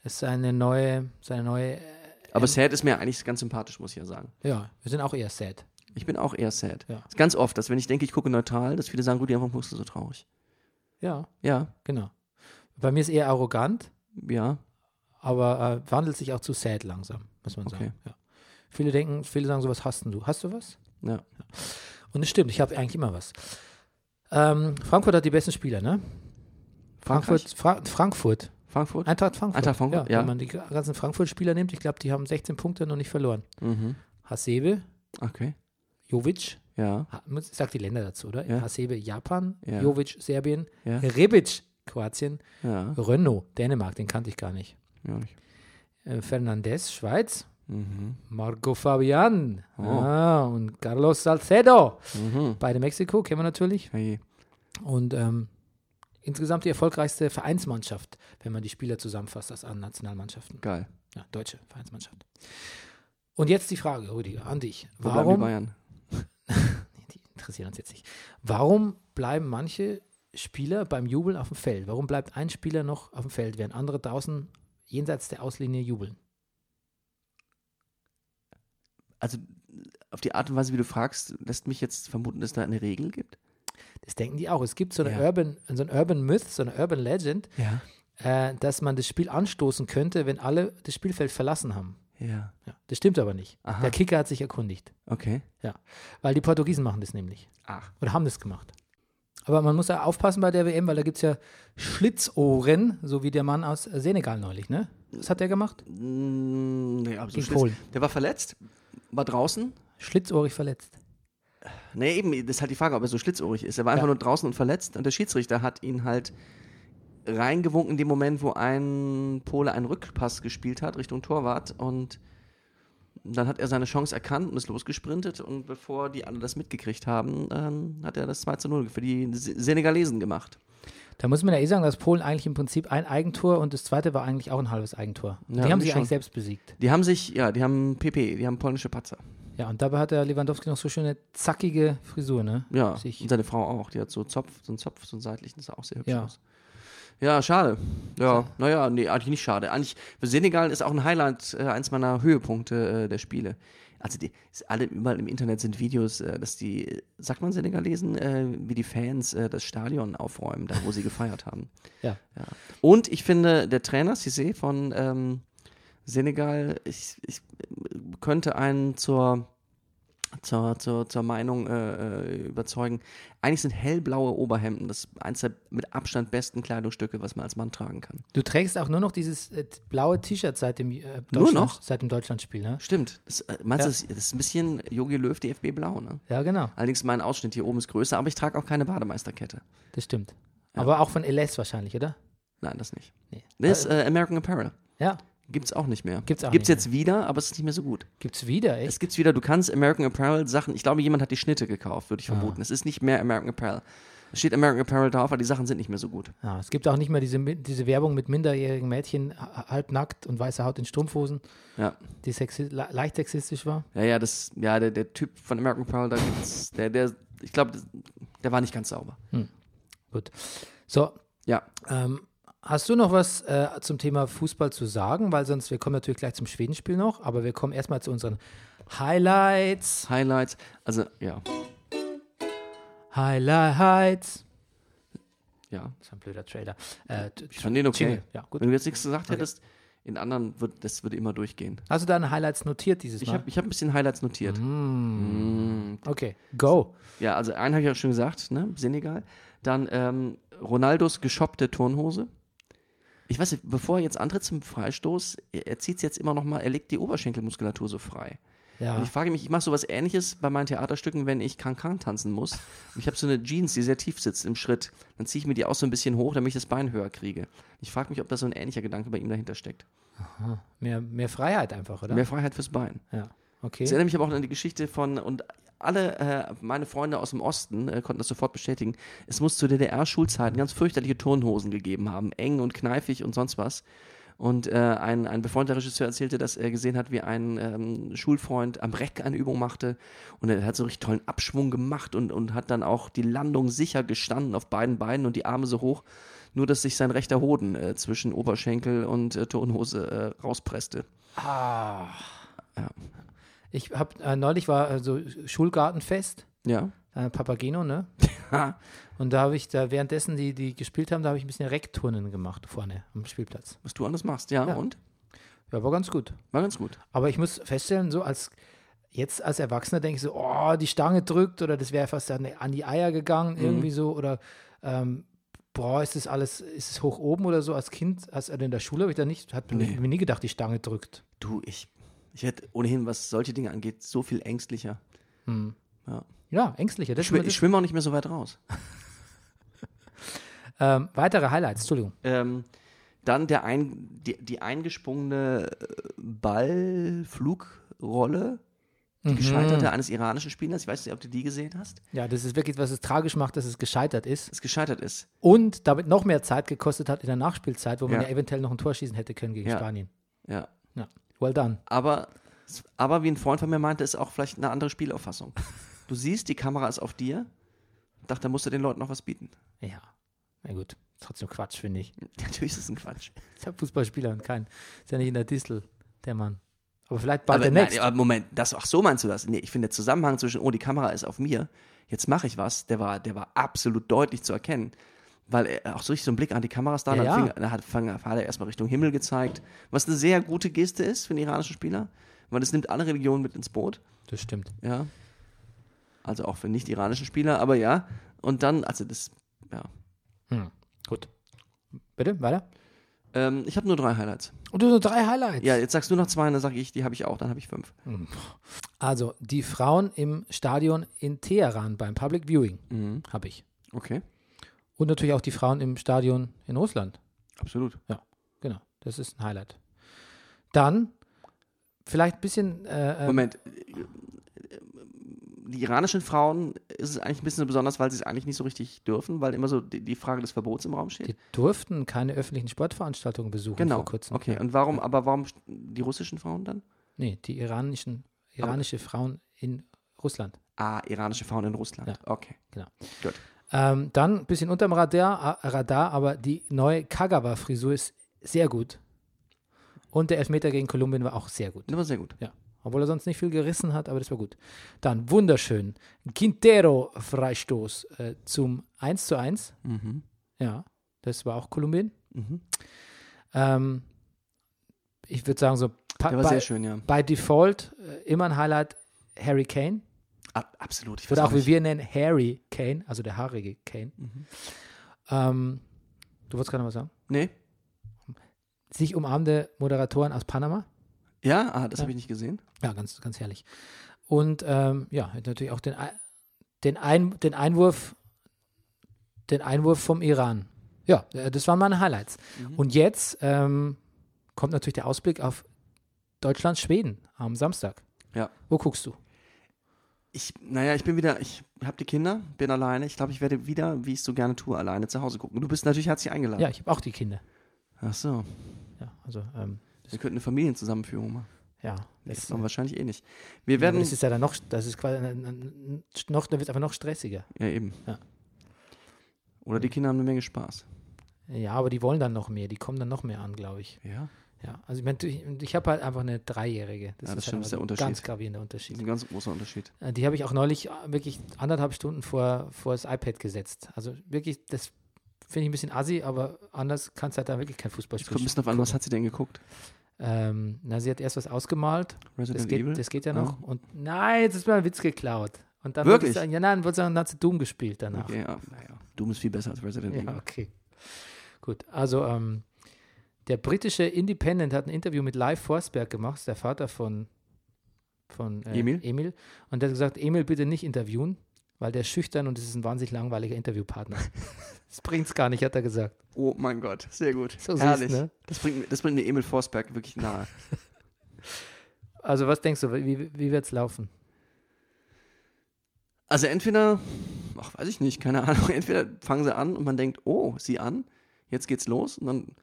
Es ist eine neue, seine neue,
Aber
Ähm.
sad ist mir eigentlich ganz sympathisch, muss ich ja sagen.
ja, wir sind auch eher sad.
Ich bin auch eher sad.
Ja.
Ist ganz oft, dass wenn ich denke, ich gucke neutral, dass viele sagen, Rudi, warum guckst du so traurig?
Ja,
Ja,
genau. Bei mir ist eher arrogant,
ja,
aber äh, wandelt sich auch zu sad langsam, muss man
Okay.
sagen. Ja. Viele denken, viele sagen, sowas hast denn du. Hast du was?
ja.
Und es stimmt, ich habe eigentlich immer was. Ähm, Frankfurt hat die besten Spieler, ne? Frankfurt,
Frankreich?
Fra Frankfurt,
Frankfurt?
Eintracht Frankfurt.
Eintracht Frankfurt, ja.
Wenn man die ganzen Frankfurt-Spieler nimmt, ich glaube, die haben 16 Punkte noch nicht verloren.
Mhm.
Hasebe,
Okay.
Jovic,
Ja,
ha- muss- sagt die Länder dazu, oder?
Ja.
Hasebe, Japan,
Ja.
Jovic, Serbien,
Ja.
Rebic, Kroatien,
ja.
Renault, Dänemark, den kannte ich gar nicht.
ja.
Äh, Fernandes, Schweiz,
Mhm.
Marco Fabian
Oh.
ah, und Carlos Salcedo. Beide Mexiko, kennen wir natürlich.
Mhm. Hey.
Und ähm, insgesamt die erfolgreichste Vereinsmannschaft, wenn man die Spieler zusammenfasst aus anderen Nationalmannschaften.
Geil.
Ja, deutsche Vereinsmannschaft. Und jetzt die Frage, Rüdiger, an dich.
Wo bleiben die
Warum,
Bayern?
die interessieren uns jetzt nicht, warum bleiben manche Spieler beim Jubeln auf dem Feld? Warum bleibt ein Spieler noch auf dem Feld, während andere draußen jenseits der Auslinie jubeln?
Also auf die Art und Weise, wie du fragst, lässt mich jetzt vermuten, dass da eine Regel gibt.
Das denken die auch. Es gibt so, eine
Ja.
Urban, so einen Urban Myth, so eine Urban Legend,
Ja.
äh, dass man das Spiel anstoßen könnte, wenn alle das Spielfeld verlassen haben.
Ja.
Ja, das stimmt aber nicht.
Aha.
Der Kicker hat sich erkundigt.
Okay.
Ja, weil die Portugiesen machen das nämlich.
Ach.
Oder haben das gemacht. Aber man muss ja aufpassen bei der WM, weil da gibt es ja Schlitzohren, so wie der Mann aus Senegal neulich, ne? Was hat der gemacht?
Mm, Nee, aber so
Gegen
Schlitz-
Polen.
Der war verletzt, war draußen.
Schlitzohrig verletzt.
Nee, eben, das ist halt die Frage, ob er so schlitzohrig ist. Er war einfach nur draußen und verletzt und der Schiedsrichter hat ihn halt reingewunken in dem Moment, wo ein Pole einen Rückpass gespielt hat Richtung Torwart und dann hat er seine Chance erkannt und ist losgesprintet und bevor die alle das mitgekriegt haben, ähm, hat er das 2 zu 0 für die Se- Senegalesen gemacht.
Da muss man ja eh sagen, dass Polen eigentlich im Prinzip ein Eigentor und das zweite war eigentlich auch ein halbes Eigentor.
Ja,
die haben
irgendwie
sich
schon.
eigentlich selbst besiegt.
Die haben sich, ja, die haben PP, die haben polnische Patzer.
Ja, und dabei hat der Lewandowski noch so schöne zackige Frisur, ne?
Ja,
Sich-
und seine Frau auch. Die hat so Zopf, so einen Zopf, so einen seitlichen, sah auch sehr hübsch
Ja.
aus. Ja, schade. Ja, naja, nee, eigentlich nicht schade. Eigentlich, für Senegal ist auch ein Highlight, äh, eins meiner Höhepunkte äh, der Spiele. Also, die, ist alle überall im Internet sind Videos, äh, dass die, äh, sagt man Senegalesen, äh, wie die Fans äh, das Stadion aufräumen, da wo sie gefeiert haben.
Ja.
Ja. Und ich finde, der Trainer Cissé von ähm, Senegal, ich, ich äh, könnte einen zur, zur, zur, zur Meinung äh, äh, überzeugen. Eigentlich sind hellblaue Oberhemden das eins der mit Abstand besten Kleidungsstücke, was man als Mann tragen kann.
Du trägst auch nur noch dieses äh, blaue T-Shirt seit dem äh,
Nur
Deutschland-
noch?
seit dem Deutschlandspiel, ne?
Stimmt. Das, äh, meinst du,
Ja.
das, das ist ein bisschen Jogi Löw, DFB Blau, ne?
Ja, genau,
Allerdings mein Ausschnitt hier oben ist größer, aber ich trage auch keine Bademeisterkette.
das stimmt. Aber auch von LS wahrscheinlich, oder?
Nein, das nicht.
Nee.
Das äh, American Apparel.
Ja,
Gibt's auch nicht mehr.
Gibt's auch
Gibt's
nicht
jetzt wieder, aber es ist nicht mehr so gut.
gibt's wieder, echt?
Es gibt's wieder, du kannst American Apparel Sachen, ich glaube, jemand hat die Schnitte gekauft, würde ich vermuten. Es ist nicht mehr American Apparel. Es steht American Apparel drauf, aber die Sachen sind nicht mehr so gut.
Ja, es gibt auch nicht mehr diese, Mi- diese Werbung mit minderjährigen Mädchen, ha- halbnackt und weißer Haut in Strumpfhosen,
Ja.
die sexi le- leicht sexistisch war.
Ja, ja, das, ja, der, der Typ von American Apparel, da gibt's, der, der, ich glaube, das- der war nicht ganz sauber.
Gut. So,
Ja.
ähm, hast du noch was äh, zum Thema Fußball zu sagen? Weil sonst, wir kommen natürlich gleich zum Schwedenspiel noch, aber wir kommen erstmal zu unseren Highlights.
Highlights, also, ja,
Highlights.
ja.
Das ist ein blöder Trailer. Äh, t-
Ich fand den okay.
Jingle, ja, gut.
Wenn du jetzt nichts gesagt hättest, in anderen, wird, das würde immer durchgehen.
Hast du deine Highlights notiert dieses
Ich
Mal?
habe ich hab ein bisschen Highlights notiert.
okay, go.
Ja, also einen habe ich ja schon gesagt, ne? Senegal. Dann ähm, Ronaldos geschoppte Turnhose. Ich weiß nicht, bevor er jetzt antritt zum Freistoß, er, er zieht es jetzt immer noch mal, er legt die Oberschenkelmuskulatur so frei. Und
Ja,
ich frage mich, ich mache sowas ähnliches bei meinen Theaterstücken, wenn ich Kankan tanzen muss. Und ich habe so eine Jeans, die sehr tief sitzt im Schritt. Dann ziehe ich mir die auch so ein bisschen hoch, damit ich das Bein höher kriege. Ich frage mich, ob da so ein ähnlicher Gedanke bei ihm dahinter steckt.
mehr, mehr Freiheit einfach, oder?
Mehr Freiheit fürs Bein.
ja,
Ich
okay.
erinnere mich aber auch an die Geschichte von, und alle äh, meine Freunde aus dem Osten äh, konnten das sofort bestätigen, es muss zu DDR-Schulzeiten ganz fürchterliche Turnhosen gegeben haben, eng und kneifig und sonst was. Und äh, ein, ein befreundeter Regisseur erzählte, dass er gesehen hat, wie ein ähm, Schulfreund am Reck eine Übung machte. Und er hat so richtig tollen Abschwung gemacht und, und hat dann auch die Landung sicher gestanden auf beiden Beinen und die Arme so hoch, nur dass sich sein rechter Hoden äh, zwischen Oberschenkel und äh, Turnhose äh, rauspresste.
Ich habe äh, neulich war äh, so Schulgartenfest,
Ja.
äh, Papageno, ne? Und da habe ich da währenddessen, die, die gespielt haben, da habe ich ein bisschen Reckturnen gemacht vorne am Spielplatz.
Was du anders machst, ja.
Ja.
Und?
Ja, war ganz gut.
War ganz gut.
Aber ich muss feststellen, so als jetzt als Erwachsener denke ich so, oh, die Stange drückt oder das wäre fast an, an die Eier gegangen,
Mhm.
irgendwie so, oder ähm, boah, ist das alles, ist es hoch oben oder so als Kind, als also in der Schule habe ich da nicht, hat mir nie gedacht, die Stange drückt.
Du, ich, ich werde ohnehin, was solche Dinge angeht, so viel ängstlicher. Ja.
Ja, ängstlicher. Das
Ich, schwi-
ist immer
ich
das,
schwimme auch nicht mehr so weit raus.
ähm, weitere Highlights, Entschuldigung.
Ähm, dann der ein, die, die eingesprungene äh, Ballflugrolle, die gescheiterte eines iranischen Spielers. Ich weiß nicht, ob du die gesehen hast.
Ja, das ist wirklich, was es tragisch macht, dass es gescheitert ist
Es gescheitert ist.
und damit noch mehr Zeit gekostet hat in der Nachspielzeit, wo
Ja.
man ja, eventuell noch ein Tor schießen hätte können gegen
Ja.
Spanien.
Ja.
Ja, well done.
Aber, aber wie ein Freund von mir meinte, ist auch vielleicht eine andere Spielauffassung. Du siehst, die Kamera ist auf dir. Dachte, da musst du den Leuten noch was bieten.
Ja, na gut, trotzdem Quatsch, finde ich.
Natürlich ist es ein Quatsch.
Ist ja Fußballspieler und kein. Ist ja nicht in der Distel, der Mann. Aber vielleicht bald der
nein,
nächste.
aber Moment, das, ach so meinst du das? Nee, ich finde der Zusammenhang zwischen, oh, die Kamera ist auf mir, jetzt mache ich was, der war, der war absolut deutlich zu erkennen. Weil er auch so richtig so ein Blick an die Kameras da,
Ja,
dann,
ja.
Fing, dann hat, fang, hat er erstmal Richtung Himmel gezeigt, was eine sehr gute Geste ist für den iranischen Spieler, weil das nimmt alle Religionen mit ins Boot,
Das stimmt.
ja. Also auch für nicht-iranischen Spieler, aber ja. Und dann, also das, ja.
Hm. Gut. Bitte, weiter.
Ähm, ich habe nur drei Highlights.
Und du nur drei Highlights.
Ja, jetzt sagst du noch zwei und dann sage ich, die habe ich auch, dann habe ich fünf.
Also, die Frauen im Stadion in Teheran beim Public Viewing habe ich.
Okay,
Und natürlich auch die Frauen im Stadion in Russland.
absolut.
Ja, genau. Das ist ein Highlight. Dann vielleicht ein bisschen. Äh, äh,
Moment. Die iranischen Frauen ist es eigentlich ein bisschen so besonders, weil sie es eigentlich nicht so richtig dürfen, weil immer so die, die Frage des Verbots im Raum steht.
die durften keine öffentlichen Sportveranstaltungen besuchen
genau.
vor kurzem.
Okay. Und warum, aber warum st- die russischen Frauen dann?
Nee, die iranischen, iranische Frauen in Russland.
Ah, iranische Frauen in Russland.
Ja.
Okay.
Genau.
Gut.
Ähm, dann ein bisschen unterm Radar, äh, Radar, aber die neue Kagawa-Frisur ist sehr gut. Und der Elfmeter gegen Kolumbien war auch sehr gut.
Das war sehr gut.
Ja. Obwohl er sonst nicht viel gerissen hat, aber das war gut. Dann wunderschön. Quintero-Freistoß äh, zum 1 zu 1.
Mhm.
Ja, das war auch Kolumbien. Ähm, ich würde sagen, so pa-
Der war
bei,
sehr schön, ja.
bei Default äh, immer ein Highlight Harry Kane.
Ab, Ah, absolut. Ich weiß
Oder auch wie
nicht.
wir nennen, Harry Kane, also der haarige Kane. Ähm, du wolltest gerade noch was sagen?
Nee?
Sich umarmende Moderatoren aus Panama.
Ja? Ah, das habe ich nicht gesehen.
Ja, ganz, ganz herrlich. Und ähm, ja, hat natürlich auch den, Ei- den, Ein, den Einwurf, den Einwurf vom Iran. Ja, äh, das waren meine Highlights. Und jetzt ähm, kommt natürlich der Ausblick auf Deutschland, Schweden am Samstag.
Ja.
Wo guckst du?
Ich, naja, ich bin wieder, ich habe die Kinder, bin alleine. Ich glaube, ich werde wieder, wie ich es so gerne tue, alleine zu Hause gucken. Du bist natürlich herzlich eingeladen.
Ja, ich habe auch die Kinder.
Ach so.
Ja, also ähm,
Wir könnten eine Familienzusammenführung machen.
ja,
Das
das,
ist aber wahrscheinlich eh nicht. Wir
aber
werden.
das ist ja dann noch, das ist quasi ein- ein- ein- noch, da wird einfach noch stressiger.
Ja, eben.
Ja.
Oder die Kinder haben eine Menge Spaß.
Ja, aber die wollen dann noch mehr, die kommen dann noch mehr an, glaube ich.
Ja.
Ja, also ich, mein, ich, ich habe halt einfach eine Dreijährige. Das
Ja, das
ist,
stimmt,
halt
ist
einfach
der Unterschied. Mhm.
ein ganz gravierender
Das
Unterschied.
ist ein ganz großer Unterschied.
Äh, Die habe ich auch neulich äh, wirklich anderthalb Stunden vor, vor das iPad gesetzt. Also wirklich, das finde ich ein bisschen assi, aber anders kannst du halt da wirklich kein Fußball
Es kommt ein
spielen.
bisschen auf an, was hat sie denn geguckt?
Ähm, na, sie hat erst was ausgemalt.
Resident
Das geht, das geht ja noch. Und nein, jetzt ist mir ein Witz geklaut. Und dann
Wirklich?
wollte ich Sagen, ja, nein, wollte ich sagen, dann hat sie Doom gespielt danach.
Okay, ja, naja. Doom ist viel besser als Resident
Ja,
Evil.
okay. Gut, also ähm, der britische Independent hat ein Interview mit Live Forsberg gemacht, ist der Vater von, von äh,
Emil?
Emil. Und der hat gesagt, Emil bitte nicht interviewen, weil der ist schüchtern und es ist ein wahnsinnig langweiliger Interviewpartner. das bringt's gar nicht, hat er gesagt.
Oh mein Gott, sehr gut.
So süß,
Herrlich.
ne?
das, bringt, das bringt mir Emil Forsberg wirklich nahe.
Also was denkst du, wie, wie wird's laufen?
Also entweder, ach weiß ich nicht, keine Ahnung, entweder fangen sie an und man denkt, oh, sie an, jetzt geht's los und dann,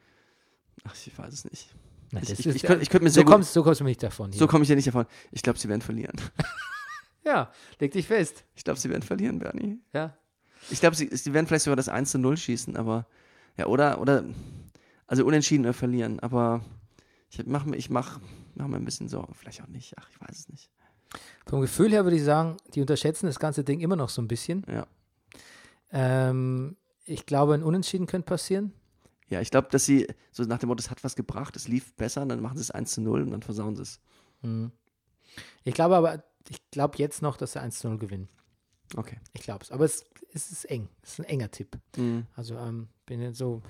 ach, ich weiß es nicht.
Na,
Ich,
das
ich,
ist-
ich könnte ich könnt mir
so,
sehr gut,
kommst, so kommst du mir nicht davon. Hier.
so komme ich ja nicht davon. Ich glaube, sie werden verlieren.
ja, leg dich fest.
Ich glaube, sie werden verlieren, Bernie.
Ja.
Ich glaube, sie, sie werden vielleicht sogar das 1 zu 0 schießen, aber, ja, oder, oder, also unentschieden oder verlieren, aber ich mach mir, ich mach, mach mir ein bisschen Sorgen, vielleicht auch nicht, ach, ich weiß es nicht.
Vom Gefühl her würde ich sagen, die unterschätzen das ganze Ding immer noch so ein bisschen.
Ja.
Ähm, ich glaube, ein Unentschieden könnte passieren.
Ja, ich glaube, dass sie so nach dem Motto, es hat was gebracht, es lief besser, und dann machen sie es 1 zu 0 und dann versauen sie es.
Ich glaube aber, ich glaube jetzt noch, dass sie 1 0 gewinnen.
Okay.
Ich glaube es. Aber es, es ist eng. Es ist ein enger Tipp. Also ähm, bin jetzt so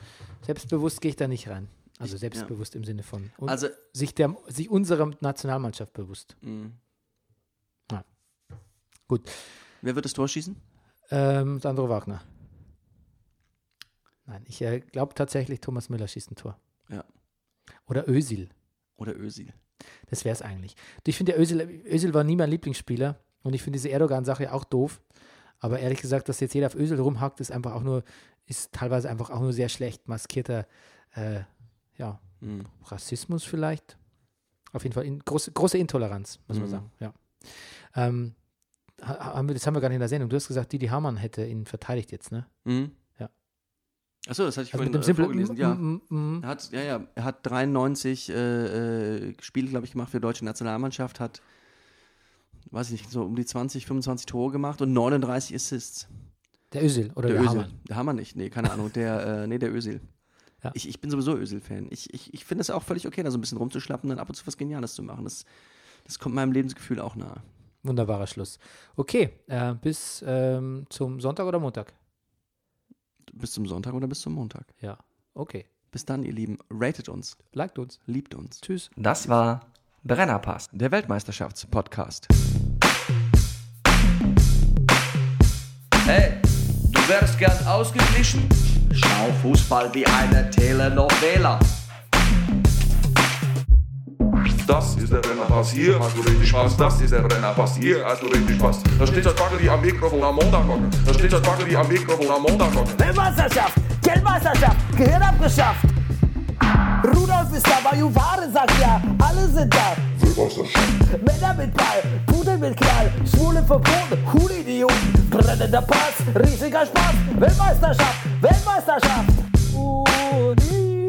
selbstbewusst gehe ich da nicht rein. Also selbstbewusst im Sinne von und
Also,
sich, der, sich unserer Nationalmannschaft bewusst. Ja. Gut.
Wer wird das Tor schießen?
Ähm, Sandro Wagner. Nein, ich äh, glaube tatsächlich, Thomas Müller schießt ein Tor.
Ja.
Oder Ösil.
Oder Özil?
Das wäre es eigentlich. Und ich finde, der Özil, Özil war nie mein Lieblingsspieler und ich finde diese Erdogan-Sache ja auch doof. Aber ehrlich gesagt, dass jetzt jeder auf Özil rumhackt, ist einfach auch nur, ist teilweise einfach auch nur sehr schlecht maskierter, äh, ja, Rassismus vielleicht. Auf jeden Fall in, große, große Intoleranz, muss
Mhm.
man sagen, ja. Ähm, ha- haben wir, das haben wir gar nicht in der Sendung. Du hast gesagt, Didi Hamann hätte ihn verteidigt jetzt, ne?
Mhm.
Ja.
Achso, das hatte ich
Also
vorhin
mit dem
äh, vorgelesen.
simplen
Ja.
M- M- M-
Er hat, ja, ja, er hat 93 äh, äh, Spiele, glaube ich, gemacht für die deutsche Nationalmannschaft, hat, weiß ich nicht, so um die 20, 25 Tore gemacht und 39 Assists.
der Özil oder
Der
der,
Özil.
Hamann.
Der Hammer nicht, nee, keine Ahnung. Der, äh, nee, der Özil.
Ja.
Ich, ich bin sowieso Özil-Fan. Ich, ich, ich finde es auch völlig okay, da so ein bisschen rumzuschlappen und dann ab und zu was Geniales zu machen. Das, das kommt meinem Lebensgefühl auch nahe.
Wunderbarer Schluss. Okay, äh, bis ähm, zum Sonntag oder Montag?
Bis zum Sonntag oder bis zum Montag.
Ja, okay.
Bis dann, ihr Lieben. Ratet uns,
Liked uns.
liebt uns.
Tschüss.
Das war Brennerpass.
der Weltmeisterschaftspodcast.
Hey, du wärst gern ausgeglichen? Schau Fußball wie eine Telenovela.
Das ist der Rennerpass hier, hast du richtig Spaß. Das ist der Rennerpass hier, hast du richtig Spaß. Da steht das Bagger, die am Mikrofon am Montag hocken. Da steht das Bagger, die am Mikrofon am Montag hocken.
Weltmeisterschaft, Geldmeisterschaft, Gehirn abgeschafft. Rudolf ist dabei, Juvare sagt ja, alle sind da. Männer mit Ball, Pudel mit Knall, Schwule verboten, Hulidioten, brennender Pass, riesiger Spaß, Weltmeisterschaft, Weltmeisterschaft. Uni,